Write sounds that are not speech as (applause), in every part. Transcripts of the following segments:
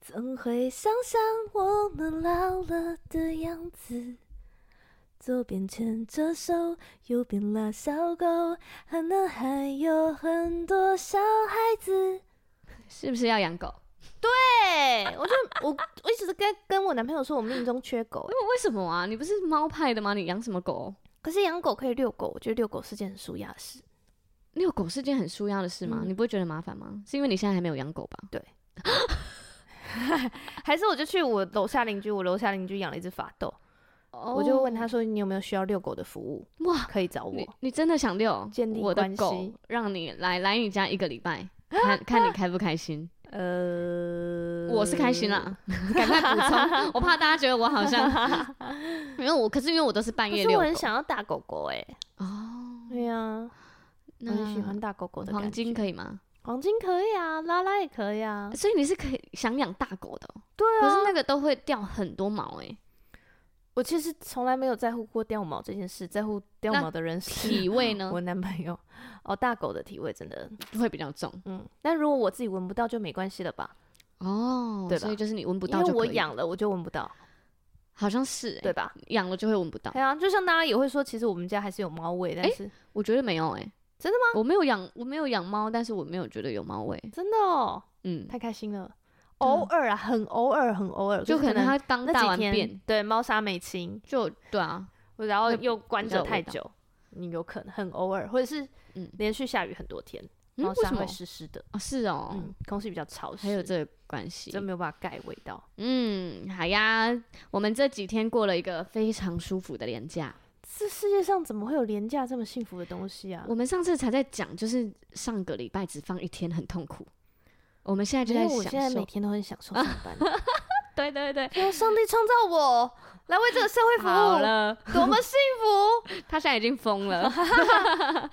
总会想象我们老了的样子，左边牵着手，右边拉小狗，可能还有很多小孩子。是不是要养狗？对，哎我就我我一直跟跟我男朋友说，我命中缺狗、欸为为什么啊？你不是猫派的吗？你养什么狗？可是养狗可以遛狗，我觉得遛狗是件很舒压的事。遛狗是件很舒压的事吗？嗯你不会觉得麻烦吗？是因为你现在还没有养狗吧？还是我就去我楼下邻居，我楼下邻居养了一只法斗，我就问他说，你有没有需要遛狗的服务？哦哇，可以找我你。你真的想遛建立我的关狗系，让你来来你家一个礼拜， (laughs) 看看你开不开心。呃，我是开心啦， (laughs) 赶快补 (laughs) 充，我怕大家觉得我好像，因为我可是因为我都是半可夜是遛我狗很想要大狗狗哎、哦，对呀、啊，我那很喜欢大狗狗的感黄金觉可以吗？黄金可以啊，拉拉也可以啊。所以你是可以想养大狗的哦、对啊可是那个都会掉很多 (laughs) 毛哎、我其实从来没有在乎过掉毛这件事，在乎掉那毛的人是体味呢 (laughs) 我男朋友。哦，大狗的体味真的，会比较重嗯，那如果我自己闻不到就没关系了吧？哦，对吧所以就是你闻不因到为就我可以，养了我就闻不到，好像是哎、对吧？养了就会闻不到对。啊，就像大家也会说，其实我们家还是有猫味，但是、我觉得没有哎、真的吗？我没有养，我没有养猫，但是我没有觉得有猫味。真的哦，嗯，太开心了。偶尔啊，很偶尔，很偶尔，就是可能它刚那大几完天便，对猫砂没清，就对啊，然后会又关知道着味太道久，你有可能很偶尔，或者是嗯连续下雨很多天，嗯，猫为砂什么会？湿湿的，哦，是哦，嗯，空气比较潮湿，还有这个关系。真没有办法盖味道，嗯，好呀，我们这几天过了一个非常舒服的连假。这世界上怎么会有廉价这么幸福的东西啊？我们上次才在讲，就是上个礼拜只放一天很痛苦，我们现在就没有在我现在享每受。天都很享受上 (laughs) 班，对对对，因为上帝创造我来为这个社会服好务，了，多么幸福！ (laughs) 他现在已经疯了，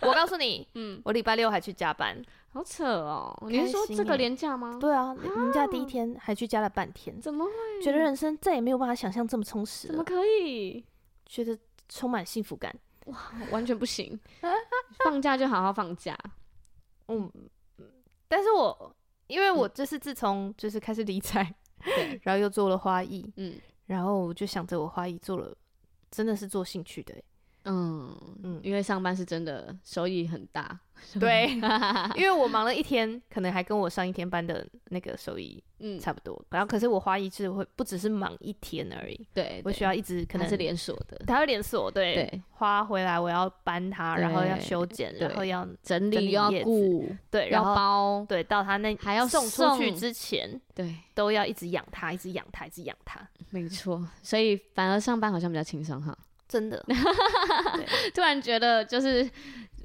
我告诉你， (laughs) 嗯，我礼拜六还去加班，好扯哦！你是说开心这个耶廉假吗？对啊，年假第一天还去加了半天，怎么会？觉得人生再也没有办法想象这么充实怎么了，可以？觉得充满幸福感。完全不行， (laughs) 放假就好好放假。嗯，但是我因为我就是自从就是开始理财，嗯对，然后又做了花艺，嗯然后我就想着我花艺做了，真的是做兴趣的欸、嗯，嗯，因为上班是真的收益很大。欸对，因为我忙了一天，可能还跟我上一天班的那个收益嗯，差不多。然后可是我花艺是会不只是忙一天而已，对，我对需要一直可它能是连锁的，它会连锁，对，对，花回来我要搬它，然后要对修剪，对然后要整理理又要叶子顾，对，要然后包，对到它那还要送出去送之前，对，都要一直养它，一直养它，一直养它，没错。所以反而上班好像比较轻松 (laughs) 哈。真 (laughs) 的，突然觉得就是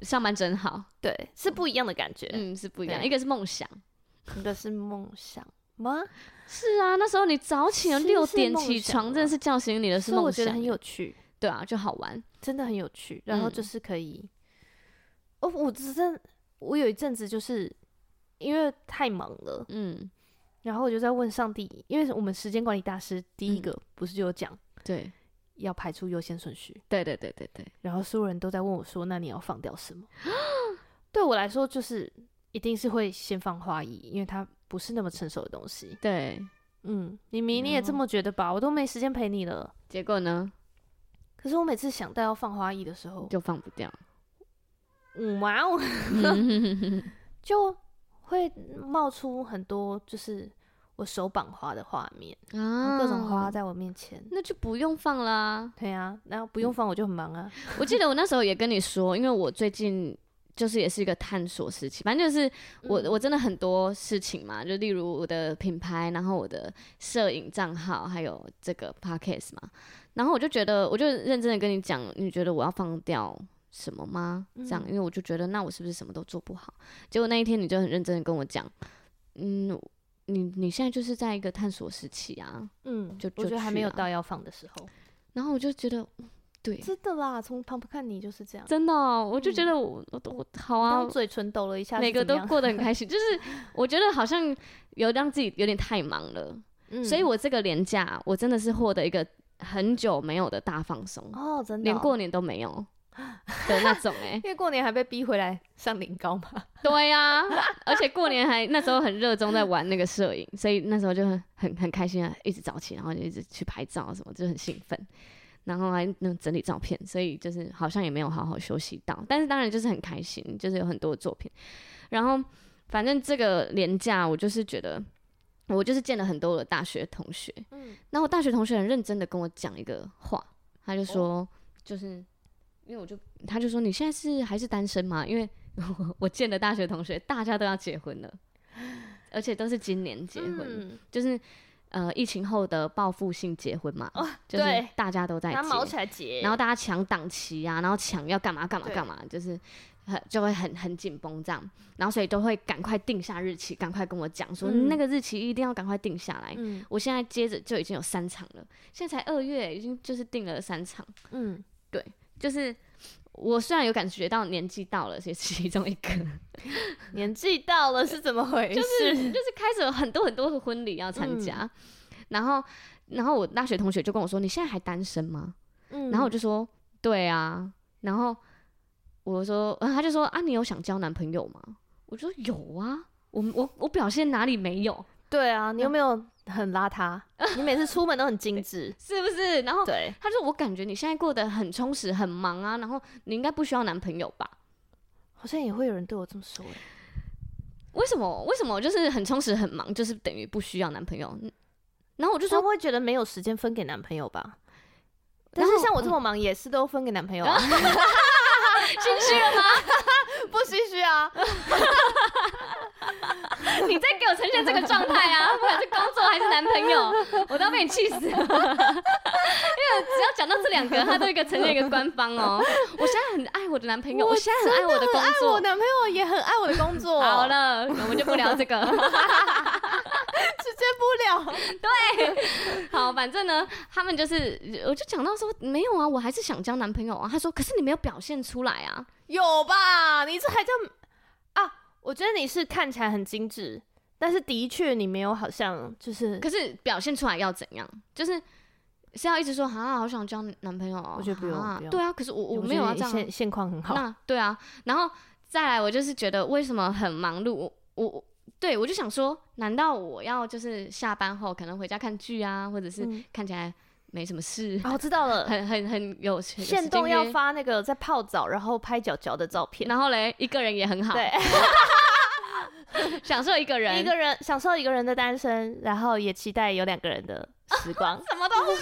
上班真好，对，是不一样的感觉。嗯，是不一样。对一个是梦想，一个是梦想吗？是啊，那时候你早起其实六是点梦起想床，真啊的是叫醒你的是所以我梦觉得想很欸，有趣，对啊，就好玩。真的很有趣。然后嗯就是可以，哦，我只是我有一阵子就是因为太忙了，嗯，然后我就在问上帝，因为我们时间管理大师第一嗯个不是就有讲对，要排出优先顺序，对对对对对，然后所有人都在问我说，那你要放掉什么？ (gasps) 对我来说，就是一定是会先放花艺，因为它不是那么成熟的东西。对。嗯，你明你也啊这么觉得吧？我都没时间陪你了。结果呢，可是我每次想到要放花艺的时候，就放不掉。嗯哇哦， (laughs) (laughs) 嗯就会冒出很多就是我手绑花的画面，啊各种花，在我面前。那就不用放啦。对啊，然后不嗯用放我就很忙啊。我记得我那时候也跟你说，因为我最近就是也是一个探索时期，反正就是我、嗯我真的很多事情嘛，就例如我的品牌，然后我的摄影账号，还有这个 podcast 嘛，然后我就觉得，我就认真的跟你讲，你觉得我要放掉。什么吗？这样，嗯因为我就觉得，那我是不是什么都做不好？结果那一天你就很认真的跟我讲，嗯，你你现在就是在一个探索时期啊。嗯，就我就觉得还去没有啊到要放的时候。然后我就觉得，嗯对，真的啦，从旁边看你就是这样。真的哦、我就觉嗯得我我都我好你啊刚，嘴唇抖了一下，每个都过，过得很开 (laughs) 心。就是我觉得好像有让自己有点太忙了，嗯所以我这个年假我真的是获得一个很久没有的大放松，哦，真的连哦 (laughs) 过年都没有。的那种哎、因为过年还被逼回来上零高嘛，对呀、而且过年还那时候很热衷在玩那个摄影，所以那时候就很很很开心啊，一直早起，然后就一直去拍照啊什么，就很兴奋，然后还能整理照片，所以就是好像也没有好好休息到，但是当然就是很开心，就是有很多作品，然后反正这个廉假我就是觉得。我就是见了很多的大学同学，嗯，然后我大学同学很认真的跟我讲一个话，他就说，就是因为我就他就说你现在是还是单身吗？因为我见的大学同学大家都要结婚了，而且都是今年 (laughs) 结婚，嗯就是呃疫情后的报复性结婚嘛，就是哦对大家都在拿毛结，起来结，然后大家抢档期啊，然后抢要干嘛干嘛对干嘛，就是很就会很很紧绷这样，然后所以都会赶快定下日期，赶快跟我讲说、嗯那个日期一定要赶快定下来。嗯我现在接着就已经有三场了，现在才二月，已经就是定了三场，嗯，就是我虽然有感觉到年纪到了，是其中一个，年纪到了是怎么回事？就是就是开始有很多很多的婚礼要参加，然后然后我大学同学就跟我说：“你现在还单身吗？”嗯然后我就说：“对啊。”然后我说， (laughs) 呃他就说：“啊，你有想交男朋友吗？”我就说：“有啊。”我我我表现哪里没有？，对啊，你有没有很邋 (laughs) 遢？你每次出门都很精致是不是？然后对，哦他说：“我感觉你现在过得很充实，很忙啊，然后你应该不需要男朋友吧？”好像也会有人对我这么说欸。为什么？为什么就是很充实很忙，就是等于不需要男朋友？嗯然后我就就他说，会觉得没有时间分给男朋友吧？嗯但然是后像我这么忙，也是都分给男朋友啊，心虚了吗？ (laughs) 不唏嘘 (laughs) 啊。你再给我呈现这个状态啊， (laughs) 不管是工作还是男朋友，我都要被你气死了。因为 (laughs) 只要讲到这两个，他都一个呈现一个官方哦。我现在很爱我的男朋友，我现在很爱我的工我作。男朋友也很爱我的工 (laughs) 作，好，了，我们就不聊这个。 (laughs) 直接不了。好，反正呢，他们就是，我就讲到说，没有啊，我还是想交男朋友啊。他说，可是你没有表现出来啊。有吧？你这还叫啊？我觉得你是看起来很精致，但是的确你没有好像就是，可是表现出来要怎样？就是是要一直说啊，好想交男朋友哦。我觉得不用啊不用对啊，可是我我没有要啊，这样现啊。现况很好。那对啊，然后再来，我就是觉得为什么很忙碌？我我我对我就想说，难道我要就是下班后可能回家看剧啊，或者是嗯看起来没什么事，哦，我知道了，很很很有钱，现动要，发那个在泡澡然后拍脚脚的照片，然后嘞，一个人也很好，对，享受一个 (laughs) 人，。一个人享受一个人的单身，然后也期待有两个人的时光什么东西，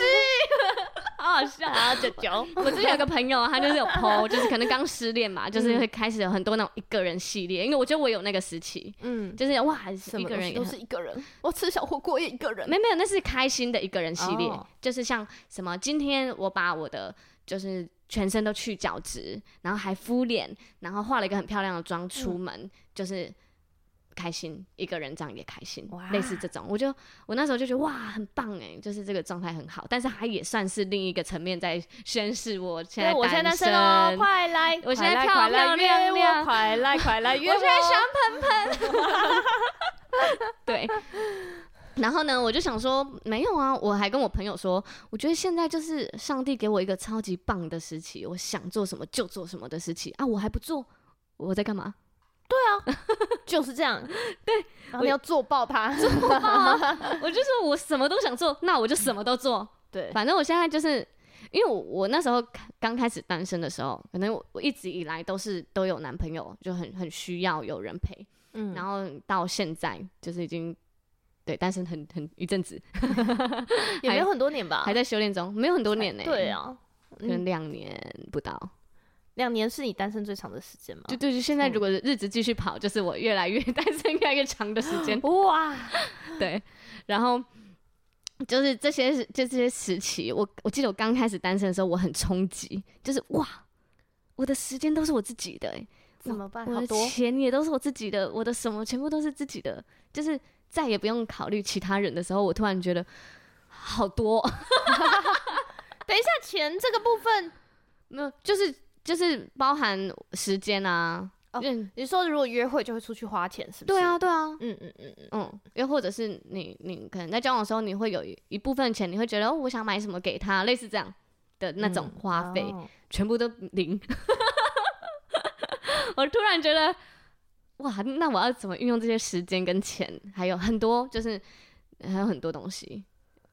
好 (laughs) 好笑。啊然后九九，我之前有个朋友，啊他就是有 PO，就是可能刚失恋嘛，嗯就是会开始有很多那种一个人系列，因为我觉得我有那个时期， (laughs) 嗯，就是哇，一个东人西也都很是一个人，我吃小火锅也一个人。没没有，那是开心的一个人系列，哦就是像什么，今天我把我的就是全身都去角质，然后还敷脸，然后化了一个很漂亮的妆出门，嗯就是开心一个人这样也开心哇，类似这种，我就我那时候就觉得哇，很棒哎，就是这个状态很好，但是它也算是另一个层面在宣示我现对，在我现在单身哦，快来！我现在快来漂快来漂约亮我亮快来快来约 (laughs) 我现在我想 (laughs) 对。然后呢，我就想说，没有啊，我还跟我朋友说，我觉得现在就是上帝给我一个超级棒的时期，我想做什么就做什么的时期啊，我还不做，我在干嘛？ (laughs) 就是这 (laughs) 样，对，然后你要做爆它，我就说我什么都想做，那我就什么都做。对， (laughs) 反正我现在就是，因为我我那时候刚开始单身的时候，可能我我一直以来都是都有男朋友，就很很需要有人陪。嗯然后到现在就是已经对单身很很一阵子，也没有很多年吧，还在修炼中，没有很多年呢、啊嗯对，啊，可能两年不到。两年是你单身最长的时间吗？就对，就嗯现在如果日子继续跑，就是我越来越 (laughs) 单身越来越长的时 (laughs) 间。哇，对，然后就是这些就这些时期，我我记得我刚开始单身的时候，我很冲击，就是哇，我的时间都是我自己的、欸，怎么办？我啊好的多，钱也都是我自己的，我的什么全部都是自己的，就是再也不用考虑其他人的时候，我突然觉得好多。等一下钱这个部分，没有，就是就是包含时间啊，哦嗯，你说如果约会就会出去花钱，是不是？对，啊，对啊，嗯嗯嗯嗯，嗯，又或者是你你可能在交往的时候，你会有一一部分钱，你会觉得哦，我想买什么给他，类似这样，的那种嗯花费，哦全部都零。 (laughs) 我突然觉得，哇，那我要怎么运用这些时间跟钱？还有很多，就是还有很多东西，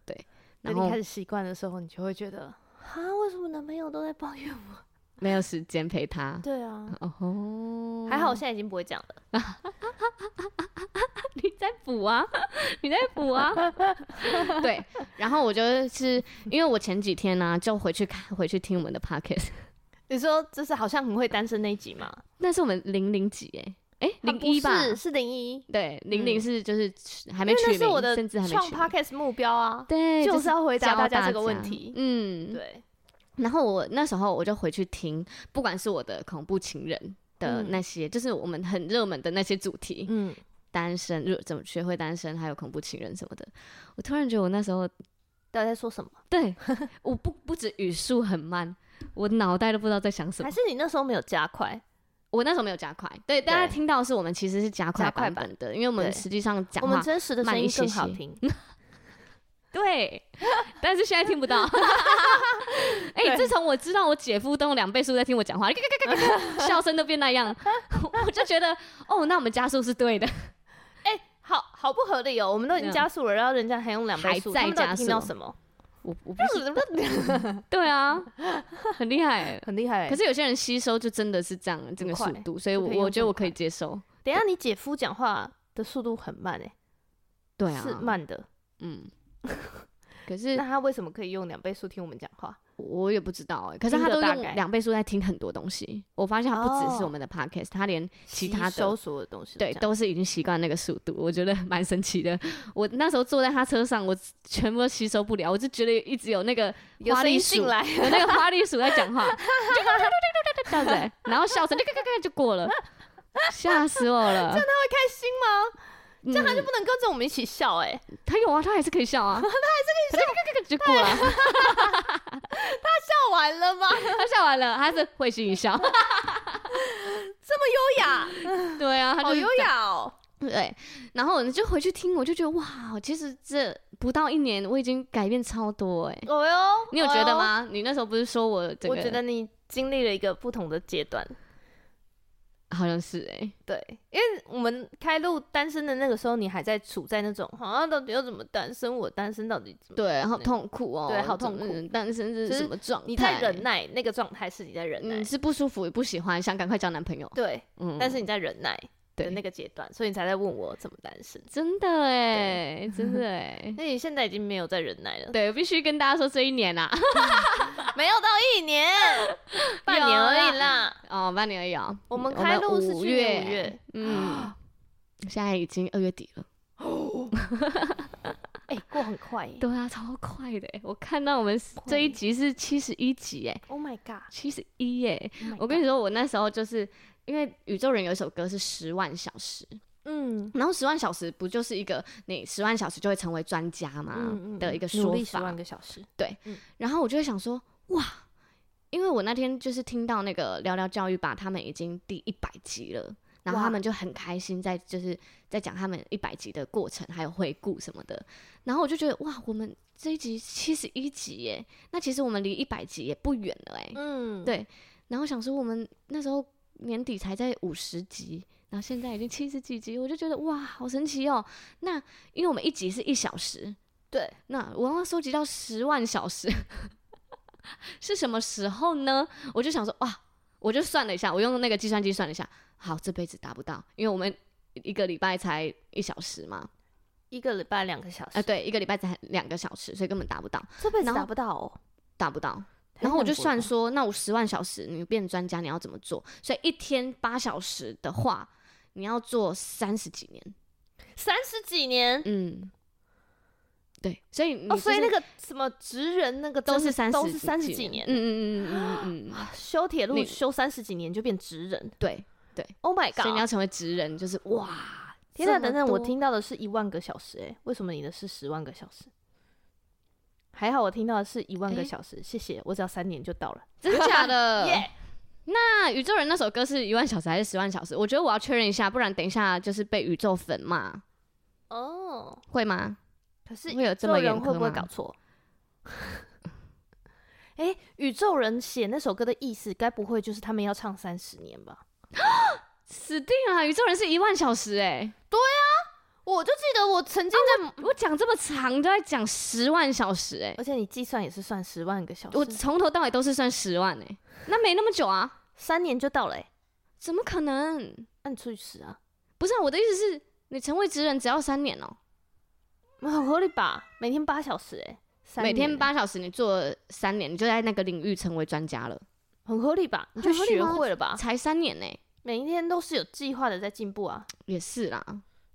对。等然你后开始习惯的时候，你就会觉得，啊，为什么男朋友都在抱怨我？没有时间陪他。 (laughs) 对啊，哦吼，还好我现在已经不会讲了。 (laughs) 你在补啊，你在 (laughs) 补啊。对，然后我就是因为我前几天呢、就回去看回去听我们的 podcast，你说这是好像很会单身那一集吗？那是我们零零几哎、哎啊零一不吧。是是零一，因对，零零嗯是就是还没为取那名，是我的甚至还没创取名。 podcast 目标啊，对，就是是要回答教大家家这个问题。嗯，。对，然后我那时候我就回去听，不管是我的恐怖情人的嗯那些，就是我们很热门的那些主题，嗯，单身如怎么学会单身，还有恐怖情人什么的。我突然觉得我那时候到底在说什么？对， (laughs) 我不不止语速很慢，我脑袋都不知道在想什么还。是你那时候没有加快？我那时候没有加快，对，大家听到的是我们其实是加快加快版版本的，因为我们对实际上讲我们话真实的声慢一音些更好 (laughs) 些听。对，但是现在听 (laughs) 不到。哎、对自从我知道我姐夫都用两倍速在听我讲话， (laughs) 嘎嘎嘎嘎嘎笑声都变那样， (laughs) 我就觉得哦，那我们加速是对的。好好不合理哦！我们都已经嗯加速了，然后人家还用两倍速，还在他们到底加速听到什么？我我不是 (laughs) 对啊，很厉害欸。 (laughs) 很厉害欸。可是有些人吸收就真的是这样这个速很快度，所以我就可以用我觉得我更快可以接受。等一下你姐夫讲话的速度很慢哎，对啊，是慢的。嗯。 (laughs) 可是那他为什么可以用两倍速听我们讲话？我也不知道哎、可是听他得都大用概两倍速在听很多东西。我发现他不只是哦我们的 podcast，、他连其他吸收的所有的东西，对，都是已经习惯那个速度，我觉得蛮神奇的。我那时候坐在他车上，我全部都吸收不了，我就觉得一直有那个有花声栗音鼠进来，有那个花栗鼠在讲话，这样子欸、然后笑声就嘎嘎嘎就过了，吓死我了！真开心吗？的，这样他就不能跟着我们一起笑哎，他有啊，他还是可以笑啊，他还是可以笑，嘎嘎嘎就过了。笑完了吗？他笑完了，他是会心一笑。优雅，对啊， (laughs) 他就好是优这样雅哦。对，然后我就回去听，我就觉得哇，其实这不到一年，我已经改变超多哎、哦哟，你有觉哎得呦？吗？你那时候不是说我整我个？觉得你经历了一个不同的阶段。好像是哎、对，因为我们开录单身的那个时候，你还在处在那种好像到底要怎么单身，我单身到底怎么？对，好痛苦哦、嗯对好痛苦嗯单身是就是什么状态？你在忍，耐那个状态是你在忍耐，嗯，是不舒服，也不喜欢，想赶快交男朋友。对，嗯，但是你在忍耐对的那个阶段，所以你才在问我怎么单身。真的哎、真的哎、 (laughs) 那你现在已经没有在忍耐了，对，必须跟大家说这一年啊， (laughs) 没有到一年， (laughs) 半年而已啦。哦，半年而已啊。我们开录是五去年五月，嗯，现在已经二月底了。哎，过很快耶。对啊，超快的欸！我看到我们这一集是七十一集哎， Oh my god！七十一耶！ Oh my 我跟 god 你说，我那时候就是因为宇宙人有一首歌是十万小时，嗯然后十万小时不就是一个你十万小时就会成为专家嘛嗯嗯的一个努说力十法万，个小时，然后我就会想说哇。因为我那天就是听到那个聊聊教育吧，他们已经第一百集了，然后哇他们就很开心在就是在讲他们一百集的过程，还有回顾什么的。然后我就觉得哇，我们这一集七十一集耶，那其实我们离一百集也不远了哎。嗯，对然后想说我们那时候年底才在五十集，然后现在已经七十几集，我就觉得哇，好神奇哦。那因为我们一集是一小时，对，那我要收集到十万小时，是什么时候呢？我就想说，哇，我就算了一下，我用那个计算机算了一下，好，这辈子达不到，因为我们一个礼拜才一小时嘛，一个礼拜两个小啊、时，对，一个礼拜才两个小时，所以根本达不到，这辈子然后达不到哦。达不到。太然后我痛就苦了算吧说，那我十万小时，你变专家，你要怎么做？所以一天八小时的话，你要做三十几年，三十几年嗯，对，所以你、哦，所以那个什么职人那个都真的是三十都是三十几年，嗯嗯嗯嗯嗯嗯嗯，啊修铁路你修三十几年就变职人对。 ，Oh my 所以你要 god！成为职人，就是哇，天哪，这么等等，我多 (laughs) 听到的是一万个小时，哎，为什么你的是十万个小时？还好我听到的是一万个哎小时，谢谢，我只要三年就到了。真的 (laughs) 假的？耶那宇宙人那首歌是一万小时还是十万小时？我觉得我要确认一下，不然等一下就是被宇宙粉骂，哦，会吗？可是会有这做么人 (laughs) 严苛会不会吗搞错？哎、哎，宇宙人写那首歌的意思，该不会就是他们要唱三十年吧？死定了！宇宙人是一万小时哎、我就记得我曾经在，我讲这么长都在讲十万小时哎、而且你计算也哦是算十万个小时，我从头到尾都是算十万哎、那没那么久啊？三年就到了、欸，怎么可能？那你出去十啊， (laughs) 不是、啊、我的意思是，你成为职人只要三年哦、很合理吧？每天八小时、欸，哎，三每天年八小时，你做三年，你就在那个领域成为专家了，很合理吧？你就很合理学吗会了吧？才三年呢、每一天都是有计划的在进步啊。也是啦。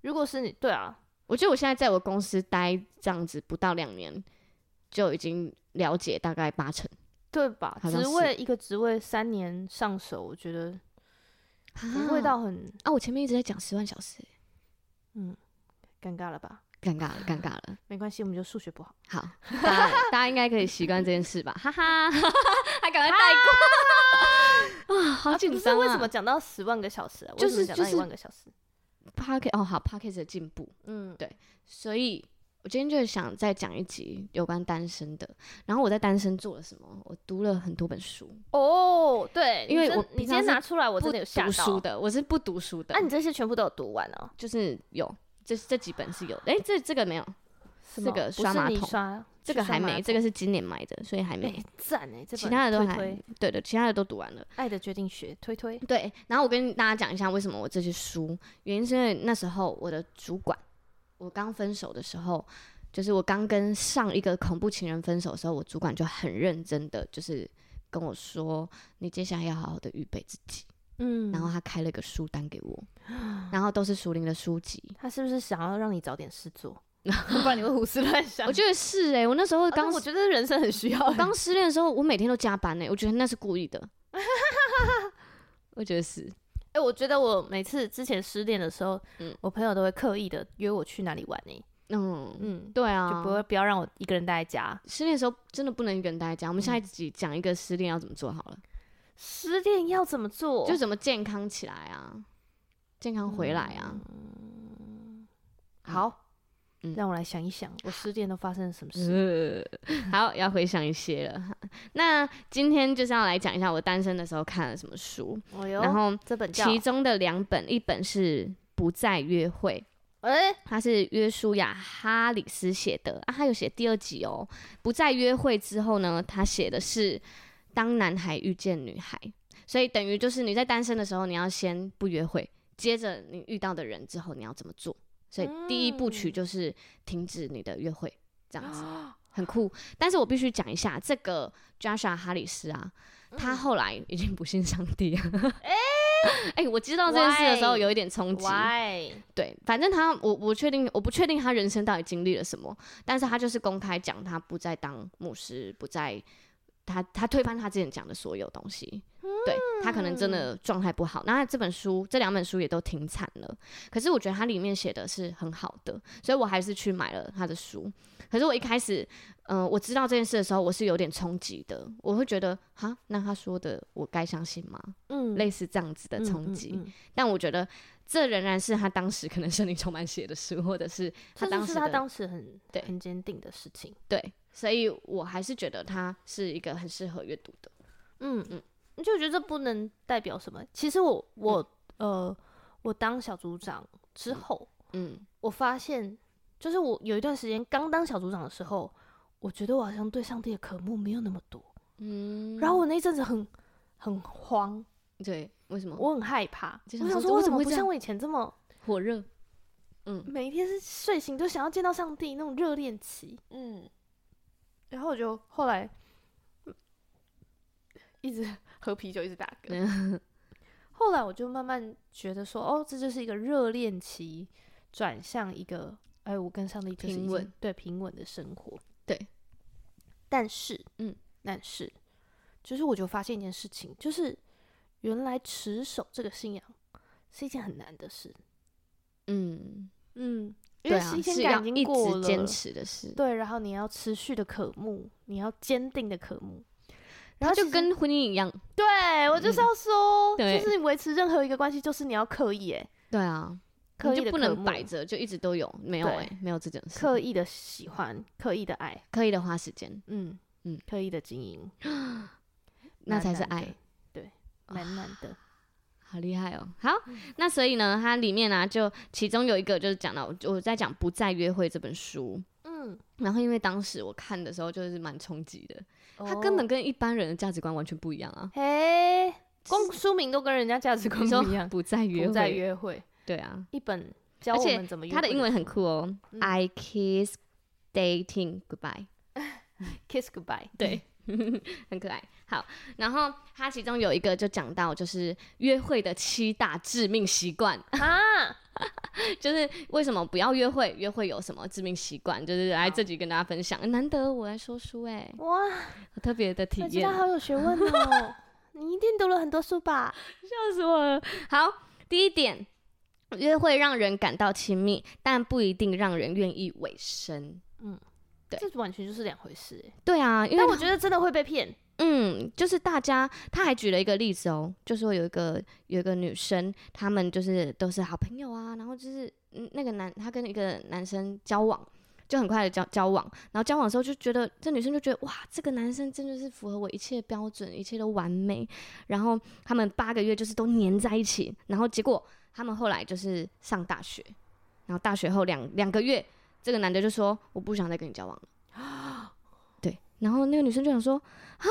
如果是你，对啊，我觉得我现在在我公司待这样子不到两年，就已经了解大概八成。对吧？好像职是位一个职位三年上手，我觉得不会到很啊！我前面一直在讲十万小时，尴尬了吧？尴尬了，尴尬了。没关系，我们就数学不好。好，大家大家应该可以习惯这件事吧？哈哈，还赶快带过啊！好紧张不啊！是为什么讲到十万个小时、啊？就是为什么讲就到是一万个小时。 p a r k e 哦好 p a r k e 的进步，嗯，所以我今天就想再讲一集有关单身的。然后我在单身做了什么？我读了很多本书，哦，对，因为你真我你今平常天是拿出来，我不真的有吓读到。书的，我是不读书的，啊，你这些全部都有读完哦？就是有这这几本是有的，哎、这这个没有，什这么个不刷是马你桶刷这个还没，这个个是今年买的，所以还没。赞哎，这其本他的都推还推《对的，其他的都读完了。爱的决定学》推推，对，然后我跟大家讲一下为什么我这些书，原因是因为那时候我的主管，我刚分手的时候，就是我刚跟上一个恐怖情人分手的时候，我主管就很认真的就是跟我说，你接下来要好好的预备自己。嗯然后他开了一个书单给我，然后都是熟龄的书籍。他是不是想要让你找点事做？ (laughs) 不然你会胡思乱想我觉得是诶、我那时得候刚我觉得人生很需要我。 (laughs) (laughs) 刚失恋的时候，我每天都加班呢、欸我觉得那是故意的。我觉得是，哎，我觉得我每次之前失恋的时候嗯，我朋友都会刻意的约我去哪里玩呢？嗯，嗯，对啊，就不会不要让我一个人待在家。失恋的时候真的不能一个人待在家。我们下一集讲一个失恋要怎么做好了，失恋要怎么做？就怎么健康起来啊，健康回来啊。好，嗯让我来想一想，我失恋都发生了什么事？呃，好，要回想一些了。那今天就是要来讲一下我单身的时候看了什么书，哦然哟，后这本叫其中的两本，一本是《不再约会》，哎， (gasps) 他是约书亚·哈里斯写的啊，他有写第二集哦。不再约会之后呢，他写的是当男孩遇见女孩，所以等于就是你在单身的时候，你要先不约会，接着你遇到的人之后，你要怎么做？所以第一部曲嗯就是停止你的约会，这样子、啊很酷。但是我必须讲一下，这个 Joshua 哈里斯啊，他嗯后来已经不信上帝了。 (laughs) 哎、我知道这件事的时候 Why？有一点冲击。 Why？对，反正他我我确定我不确定他人生到底经历了什么，但是他就是公开讲他不再当牧师，不再他他推翻他之前讲的所有东西，嗯对他可能真的状态不好。那这本书这两本书也都挺惨了，可是我觉得它里面写的是很好的，所以我还是去买了他的书。可是我一开始，嗯、我知道这件事的时候，我是有点冲击的，我会觉得哈，那他说的我该相信吗？嗯类似这样子的冲击。嗯嗯嗯但我觉得这仍然是他当时可能圣灵充满写的书，或者是他这就当时是的他当时很对很坚定的事情。对，所以我还是觉得他是一个很适合阅读的。嗯嗯嗯，就觉得这不能代表什么。其实我我、呃，我当小组长之后，嗯，我发现就是我有一段时间刚当小组长的时候，我觉得我好像对上帝的渴慕没有那么多。嗯然后我那一阵子很很慌，对，为什么我很害怕，嗯就我想想说说为为什什么么会不这样像我以前这么火热？嗯每一天是睡醒都想要见到上帝那种热恋期。嗯，然后我就后来嗯一直喝啤酒，一直打嗝。 (laughs) 后来我就慢慢觉得说，哦，这就是一个热恋期转向一个，哎，我跟上帝就是已平经稳，对平稳的生活，对。但是，嗯，但是，就是我就发现一件事情，就是原来持守这个信仰是一件很难的事。嗯，嗯，因对为啊，新鲜是感要已经一过了，直坚持的事，对，然后你要持续的渴慕，你要坚定的渴慕，然它后就啊其实跟婚姻一样。对我就是要说，对就是你维持任何一个关系，就是你要刻意哎，对啊，刻你意就的不渴能慕，摆着，就一直都有，没有对哎、没有这种事。刻意的喜欢，刻意的爱，刻意的花时间，嗯，嗯刻意的经营，那才是蛮难爱啊的，对，蛮难的。好厉害哦！好，嗯那所以呢，它里面呢、啊就其中有一个就是讲到我在讲《不再约会》这本书，嗯，然后因为当时我看的时候就是蛮冲击的，它根哦本跟一般人的价值观完全不一样啊。嘿，光书名 (laughs) 都跟人家价值观你说不一样，不再约会，不再约会，对啊，一本教而我且们怎么约它会的英文很书酷哦、嗯 i kiss dating goodbye。 (laughs) ，kiss goodbye，对，很可爱。好，然后它其中有一个就讲到，就是约会的七大致命习惯， (laughs) 啊，就是为什么不要约会？约会有什么致命习惯？就是来这集跟大家分享。难得我来说书、 (laughs) 哎，哇，好特别的体大验家，好有学问 (laughs) 哦，你一定读了很多书吧？笑死我了。好，第一点，约会让人感到亲密，但不一定让人愿意委身。对这完全就是两回事欸，对啊，因为但我觉得真的会被骗，嗯，就是大家，他还举了一个例子哦，就说有一个有一个女生，她们就是都是好朋友啊，然后就是嗯那个男，她跟一个男生交往，就很快的交交往，然后交往的时候就觉得这女生就觉得哇，这个男生真的是符合我一切标准，一切都完美，然后他们八个月就是都黏在一起，然后结果他们后来就是上大学，然后大学后两两个月，这个男的就说我不想再跟你交往了，对，然后那个女生就想说。啊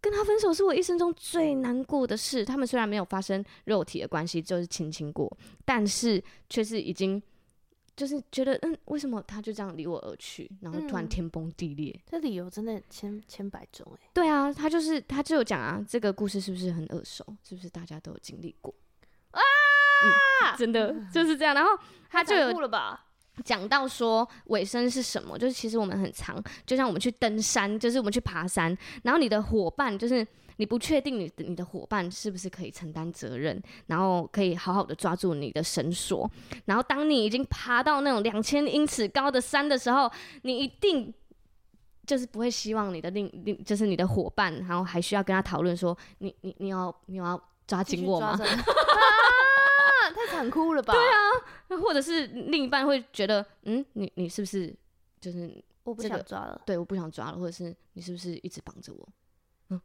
跟他分手是我一生中最难过的事。他们虽然没有发生肉体的关系，就是亲亲过，但是却是已经就是觉得，嗯，为什么他就这样离我而去？然后突然嗯天崩地裂。这理由真的千千百种哎，对啊，他就是他就有讲啊，这个故事是不是很耳熟？是不是大家都有经历过？啊、真的就是这样。然后他就太残有酷了吧？讲到说尾声是什么，就是其实我们很常，就像我们去登山，就是我们去爬山，然后你的伙伴就是你不确定你的你的伙伴是不是可以承担责任，然后可以好好的抓住你的绳索，然后当你已经爬到那种两千英尺高的山的时候，你一定。就是不会希望你的另另就是你的伙伴，然后还需要跟他讨论说你你你要你有要抓继紧续我抓吗？着啊，太残酷了吧？对啊， (laughs) 或者是另一半会觉得嗯你你是不是就是我不这个想抓了，对，我不想抓了，或者是你是不是一直绑着我？嗯，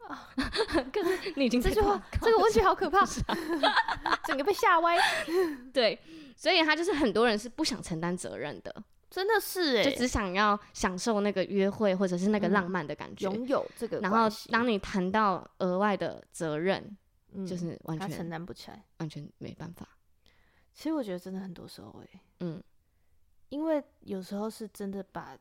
可是 (laughs) 你已经啊这在句话绑靠这个着问题好可怕，啊 (laughs) 整个被吓歪，对，所以他就是很多人是不想承担责任的，真的是哎，就只想要享受那个约会或者是那个浪嗯漫的感觉。拥有这个然后关系，当你谈到额外的责任，嗯就是完他承全担不起来。完全没办法。其实我觉得真的很多时候哎、嗯，因为有时候是真的把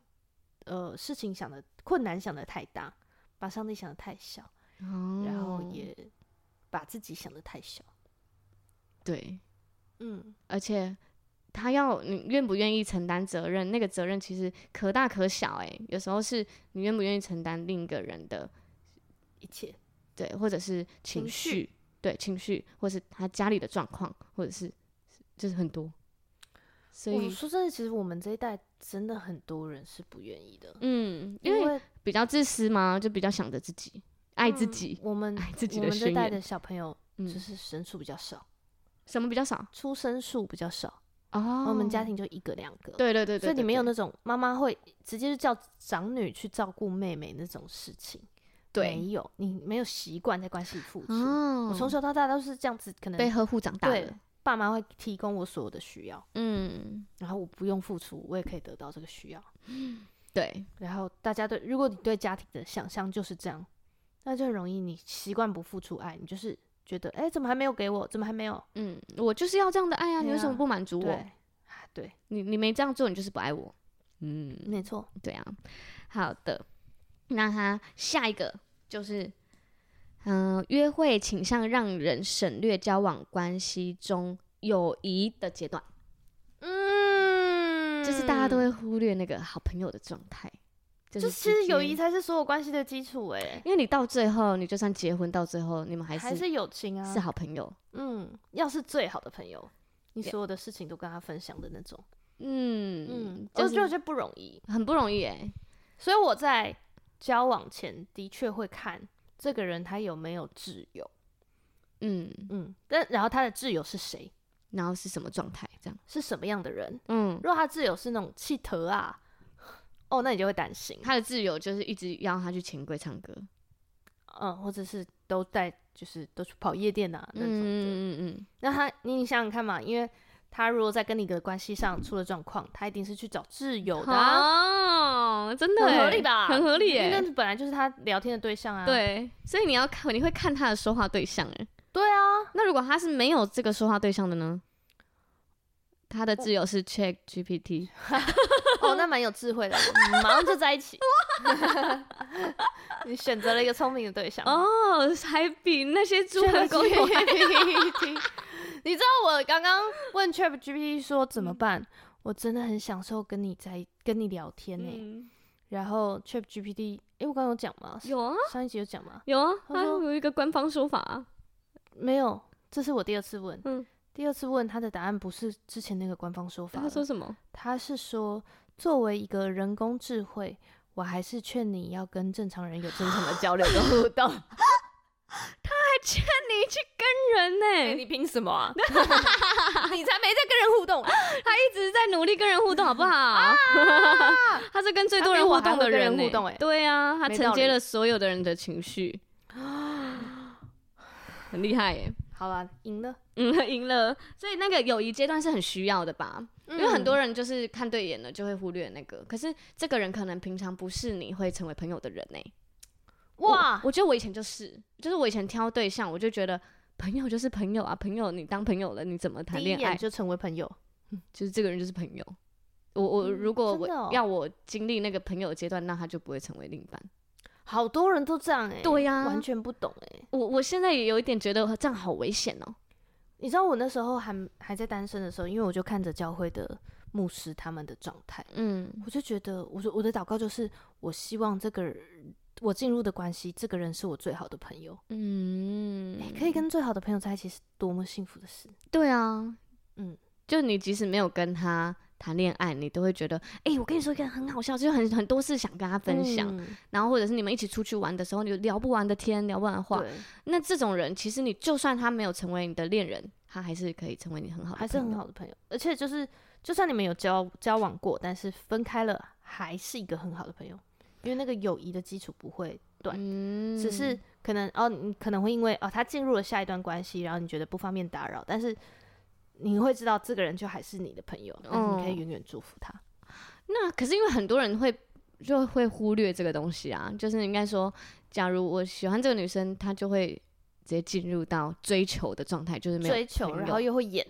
呃事情想的困难想的太大，把上帝想的太小，然后哦也把自己想的太小。对，嗯，而且他要你愿不愿意承担责任，那个责任其实可大可小、欸。有时候是你愿不愿意承担另一个人的一切对，或者是情情绪绪，对情绪，或是他家里的状况，或者是就是很多，所我以说真的，其实我们这一代真的很多人是不愿意的，嗯，因因为为比较自私嘛，就比较想着自己，爱自嗯己，我们爱自己我的们这宣代言，的小朋友嗯就是生数比较少，什么比较少出生数比较少，哦我们家，庭就一个两个。对对对对，所以你对没有对那种妈妈会直接就叫长女去照顾妹妹那种事情，对没有，你没有习惯在关系里付出。哦，我从小到大都是这样子，可被能呵护长大对的，爸妈会提供我所有的需要，嗯，然后我不用付出，我也可以得到这个需要。对，然后大家对，如果你对家庭的想象就是这样，那就很容易你习惯不付出爱，你就是觉得，哎、怎么还没有给我？怎么还没有？嗯，我就是要这样的爱啊，你对为什么啊不满足对，我？啊对，你你没这样做，你就是不爱我，嗯，没错，对啊，好的，那他下一个就是，嗯、约会倾向让人省略交往关系中友谊的阶段，嗯就是大家都会忽略那个好朋友的状态，就就是其直实友接谊，才是所有关系的基础、哎，因为你到最后，你就算结婚到最后，你们还是还是友情啊，是好朋友，嗯，要是最好的朋友，你 Yeah 所有的事情都跟他分享的那种，嗯嗯，就我就是觉得不容易。很不容易哎、所以我在交往前的确会看这个人他有没有挚友，嗯，嗯，但然后他的挚友是谁，然后是什么状态这样，是什么样的人。嗯，如果他挚友是那种气头啊，哦，那你就会担心。他的挚友就是一直要他去钱柜唱歌，嗯，或者是都在就是都去跑夜店啊那嗯种的。嗯嗯嗯，那他，你想想看嘛，因为他如果在跟你的关系上出了状况，他一定是去找挚友的、啊，哦，真的很欸合理吧？很合理因为耶。那本来就是他聊天的对象啊。对，所以你要看，你会看他的说话对象哎。对啊，那如果他是没有这个说话对象的呢？他的挚友是 Chat GPT， (laughs) 哦，那蛮有智慧的，马上就在一起。 (laughs) 你选择了一个聪明的对象，哦，还比那些猪很哎狗友还 GPT。你 (laughs) 知道我刚刚问 Chat GPT 说怎么办？我真的很享受跟你在跟你聊天呢、嗯然后 Chat GPT，哎、我刚刚有讲吗？有啊上一集有讲吗？有啊，他他说有一个官方说法啊，没有，这是我第二次问。嗯第二次问他的答案不是之前那个官方说法他了，说什么？他是说作为一个人工智慧，我还是劝你要跟正常人有正常的交流跟互 (laughs) 动。你去跟人呢、你凭什么啊？ (laughs) 你才没在跟人互动，他一直在努力跟人互动，好不 (laughs) 好？他是跟最多人互动的人、他比我还会跟人互动哎、欸对啊，他没承道理接了所有的人的情 (gasps) 绪，很厉害耶、 (laughs) 好啦，赢了。嗯，赢了。所以那个友谊阶段是很需要的吧？因为很多人人就是看对眼了就会忽略那个，可是这个人可能平常不是你会成为朋友的人呢、哇我，我觉得我以前就是，就是我以前挑对象，我就觉得朋友就是朋友啊，朋友你当朋友了，你怎么谈第一恋爱眼？就成为朋友，就是这个人就是朋友。我我嗯如果真我、的哦要我经历那个朋友阶段，那他就不会成为另一半。好多人都这样哎、对呀完全不懂哎、我我现在也有一点觉得这样好危险哦、你知道我那时候还还在单身的时候，因为我就看着教会的牧师他们的状态，嗯，我就觉得，我说我的祷告就是，我希望这个人我进入的关系，这个人是我最好的朋友。嗯哎、可以跟最好的朋友在一起是多么幸福的事。对啊，嗯嗯，就你即使没有跟他谈恋爱，你都会觉得，哎、我跟你说一个很好笑，就很很多事想跟他分享，嗯然后或者是你们一起出去玩的时候，你有聊不完的天，聊不完的话，对，那这种人其实你就算他没有成为你的恋人，他还是可以成为你很好的，还是很。好的朋友。而且就是，就算你们有交交往过，但是分开了，还是一个很好的朋友，因为那个友谊的基础不会断，嗯只是可能哦，你可能会因为哦他进入了下一段关系，然后你觉得不方便打扰，但是。你会知道这个人就还是你的朋友，但是你可以哦永远祝福他。那可是因为很多人会就会忽略这个东西啊，就是应该说，假如我喜欢这个女生，她就会直接进入到追求的状态，就是没有追求，朋友然后又会演，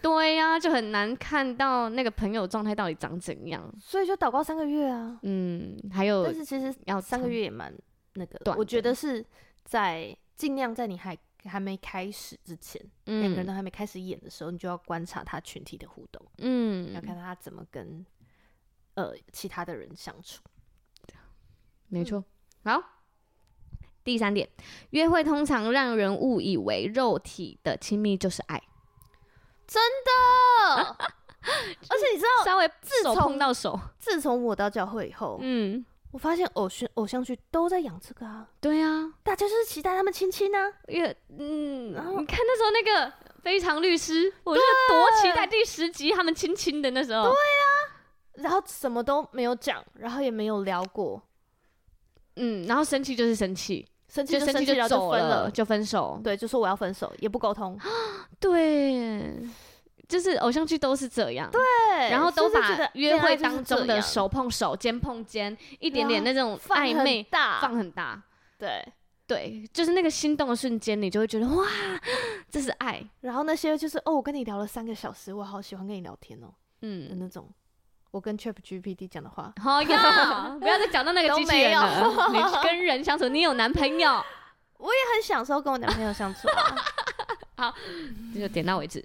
对呀、就很难看到那个朋友状态到底长怎样。所以就祷告三个月啊。嗯，还有但是其实要哦三个长月也蛮那个的，短我觉的得是在尽量在你还还没开始之前，嗯两、个人都还没开始演的时候，你就要观察他群体的互动，嗯要嗯，看他怎么跟呃其他的人相处。没错。嗯好，第三点，约会通常让人误以为肉体的亲密就是爱，哦而且你知道，稍微手从碰到手，自从我到教会以后，嗯，我发现偶像偶像剧都在养这个啊，对啊，大家就是期待他们亲亲啊。因为嗯，然后你看那时候那个《非常律师》，我就多期待第十集他们亲亲的那时候，然后什么都没有讲，然后也没有聊过，嗯，然后生气就是生气，生气就生生气气，然后就走分了，了，就分手，对，就说我要分手，也不沟通，对，就是偶像剧都是这样，对，对然后都所以就觉把得约恋爱会就是当这中的样手碰手、肩碰肩，一点点哇那种放暧很昧大，放很大，对，对，就是那个心动的瞬间，你就会觉得哇，这是爱，然后那些就是哦，我跟你聊了三个小时，我好喜欢跟你聊天哦的嗯，那种，我跟 Chat GPT 讲的话，好呀，不要再讲到那个 (laughs) 都机器没人有了，你跟人相处，你有男朋友，很享受跟我男朋友相处、 (laughs) 啊，这就点到为止。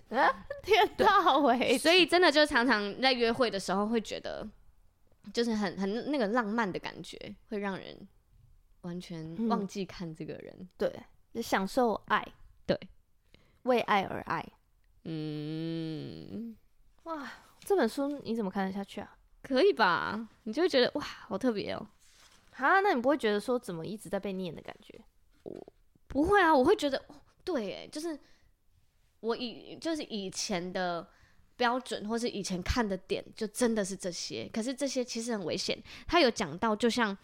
天大 (laughs) 为所以真的就常常在约会的时候会觉得，就是很很那个浪漫的感觉，会让人完全嗯忘记看这个人。对，就享受爱，对，为爱而爱，嗯，哇，这本书你怎么看得下去啊？可以吧？你就会觉得哇，好特别哦。啊，那你不会觉得说怎么一直在被念的感觉？不会啊，我会觉得，哦、对，哎，就是我以就是以前的标准或是以前看的点，就真的是这些。可是这些其实很危险。他有讲到，就像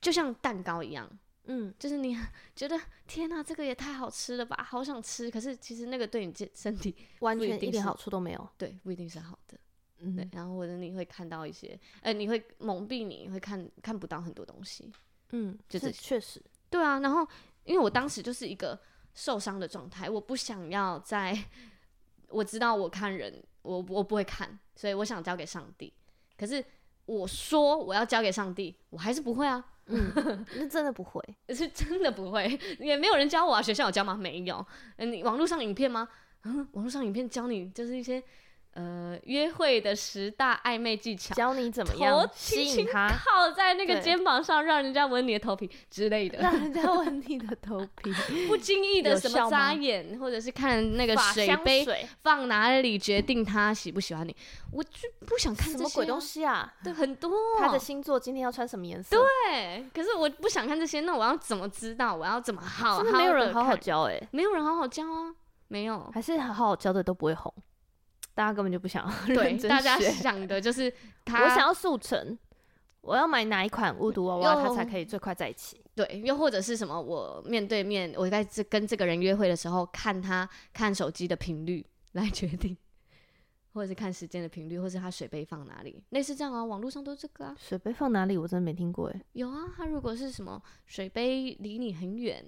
就像蛋糕一样，嗯，就是你 (laughs) 觉得天哪、这个也太好吃了吧，好想吃。可是其实那个对你健身体完不一全定一点是好处都没有。对不一定是好的。嗯对，然后或者你会看到一些，呃，你会蒙蔽你，你会看看不到很多东西。嗯，就是这确实，对啊，然后因为我当时就是一个受伤的状态，我不想要在，我知道我看人，我我不会看，所以我想交给上帝。可是我说我要交给上帝，我还是不会啊，那真的不 (laughs) 会。是真的不会，也没有人教我啊，学校有教吗？没有。嗯，你网络上影片吗？嗯，网络上影片教你就是一些呃约会的十大暧昧技巧。教你怎么头样吸轻引轻他， (laughs) 靠在那个对肩膀上，让人家闻你的头皮之类的。让人家闻你的头 (laughs) 皮，不经意的有什效吗么眨眼，或者是看那个法水香杯水放哪里，决定他喜不喜欢你。我就不想看什这么些、鬼东？西啊？对，很多。他的星座今天要穿什么颜色？对，可是我不想看这些，那我要怎么知道？我要怎么好好真的哦没有人地哦好好看，教哎，没有人好好教啊，没有。还是好好教的都不会红，大家根本就不想 (laughs) 对，认真大家学想 (laughs) 的就是他，我想要速成，我要买哪一款巫毒娃娃，又它才可以最快在一起？对，又或者是什么，我面对面，我在这跟这个人约会的时候，看他看手机的频率来决定，或者是看时间的频率，或是他水杯放哪里，类似这样啊，网络上都这个啊，水杯放哪里？我真的没听 (gasps) 过哎。有啊，他如果是什么水杯离你很远，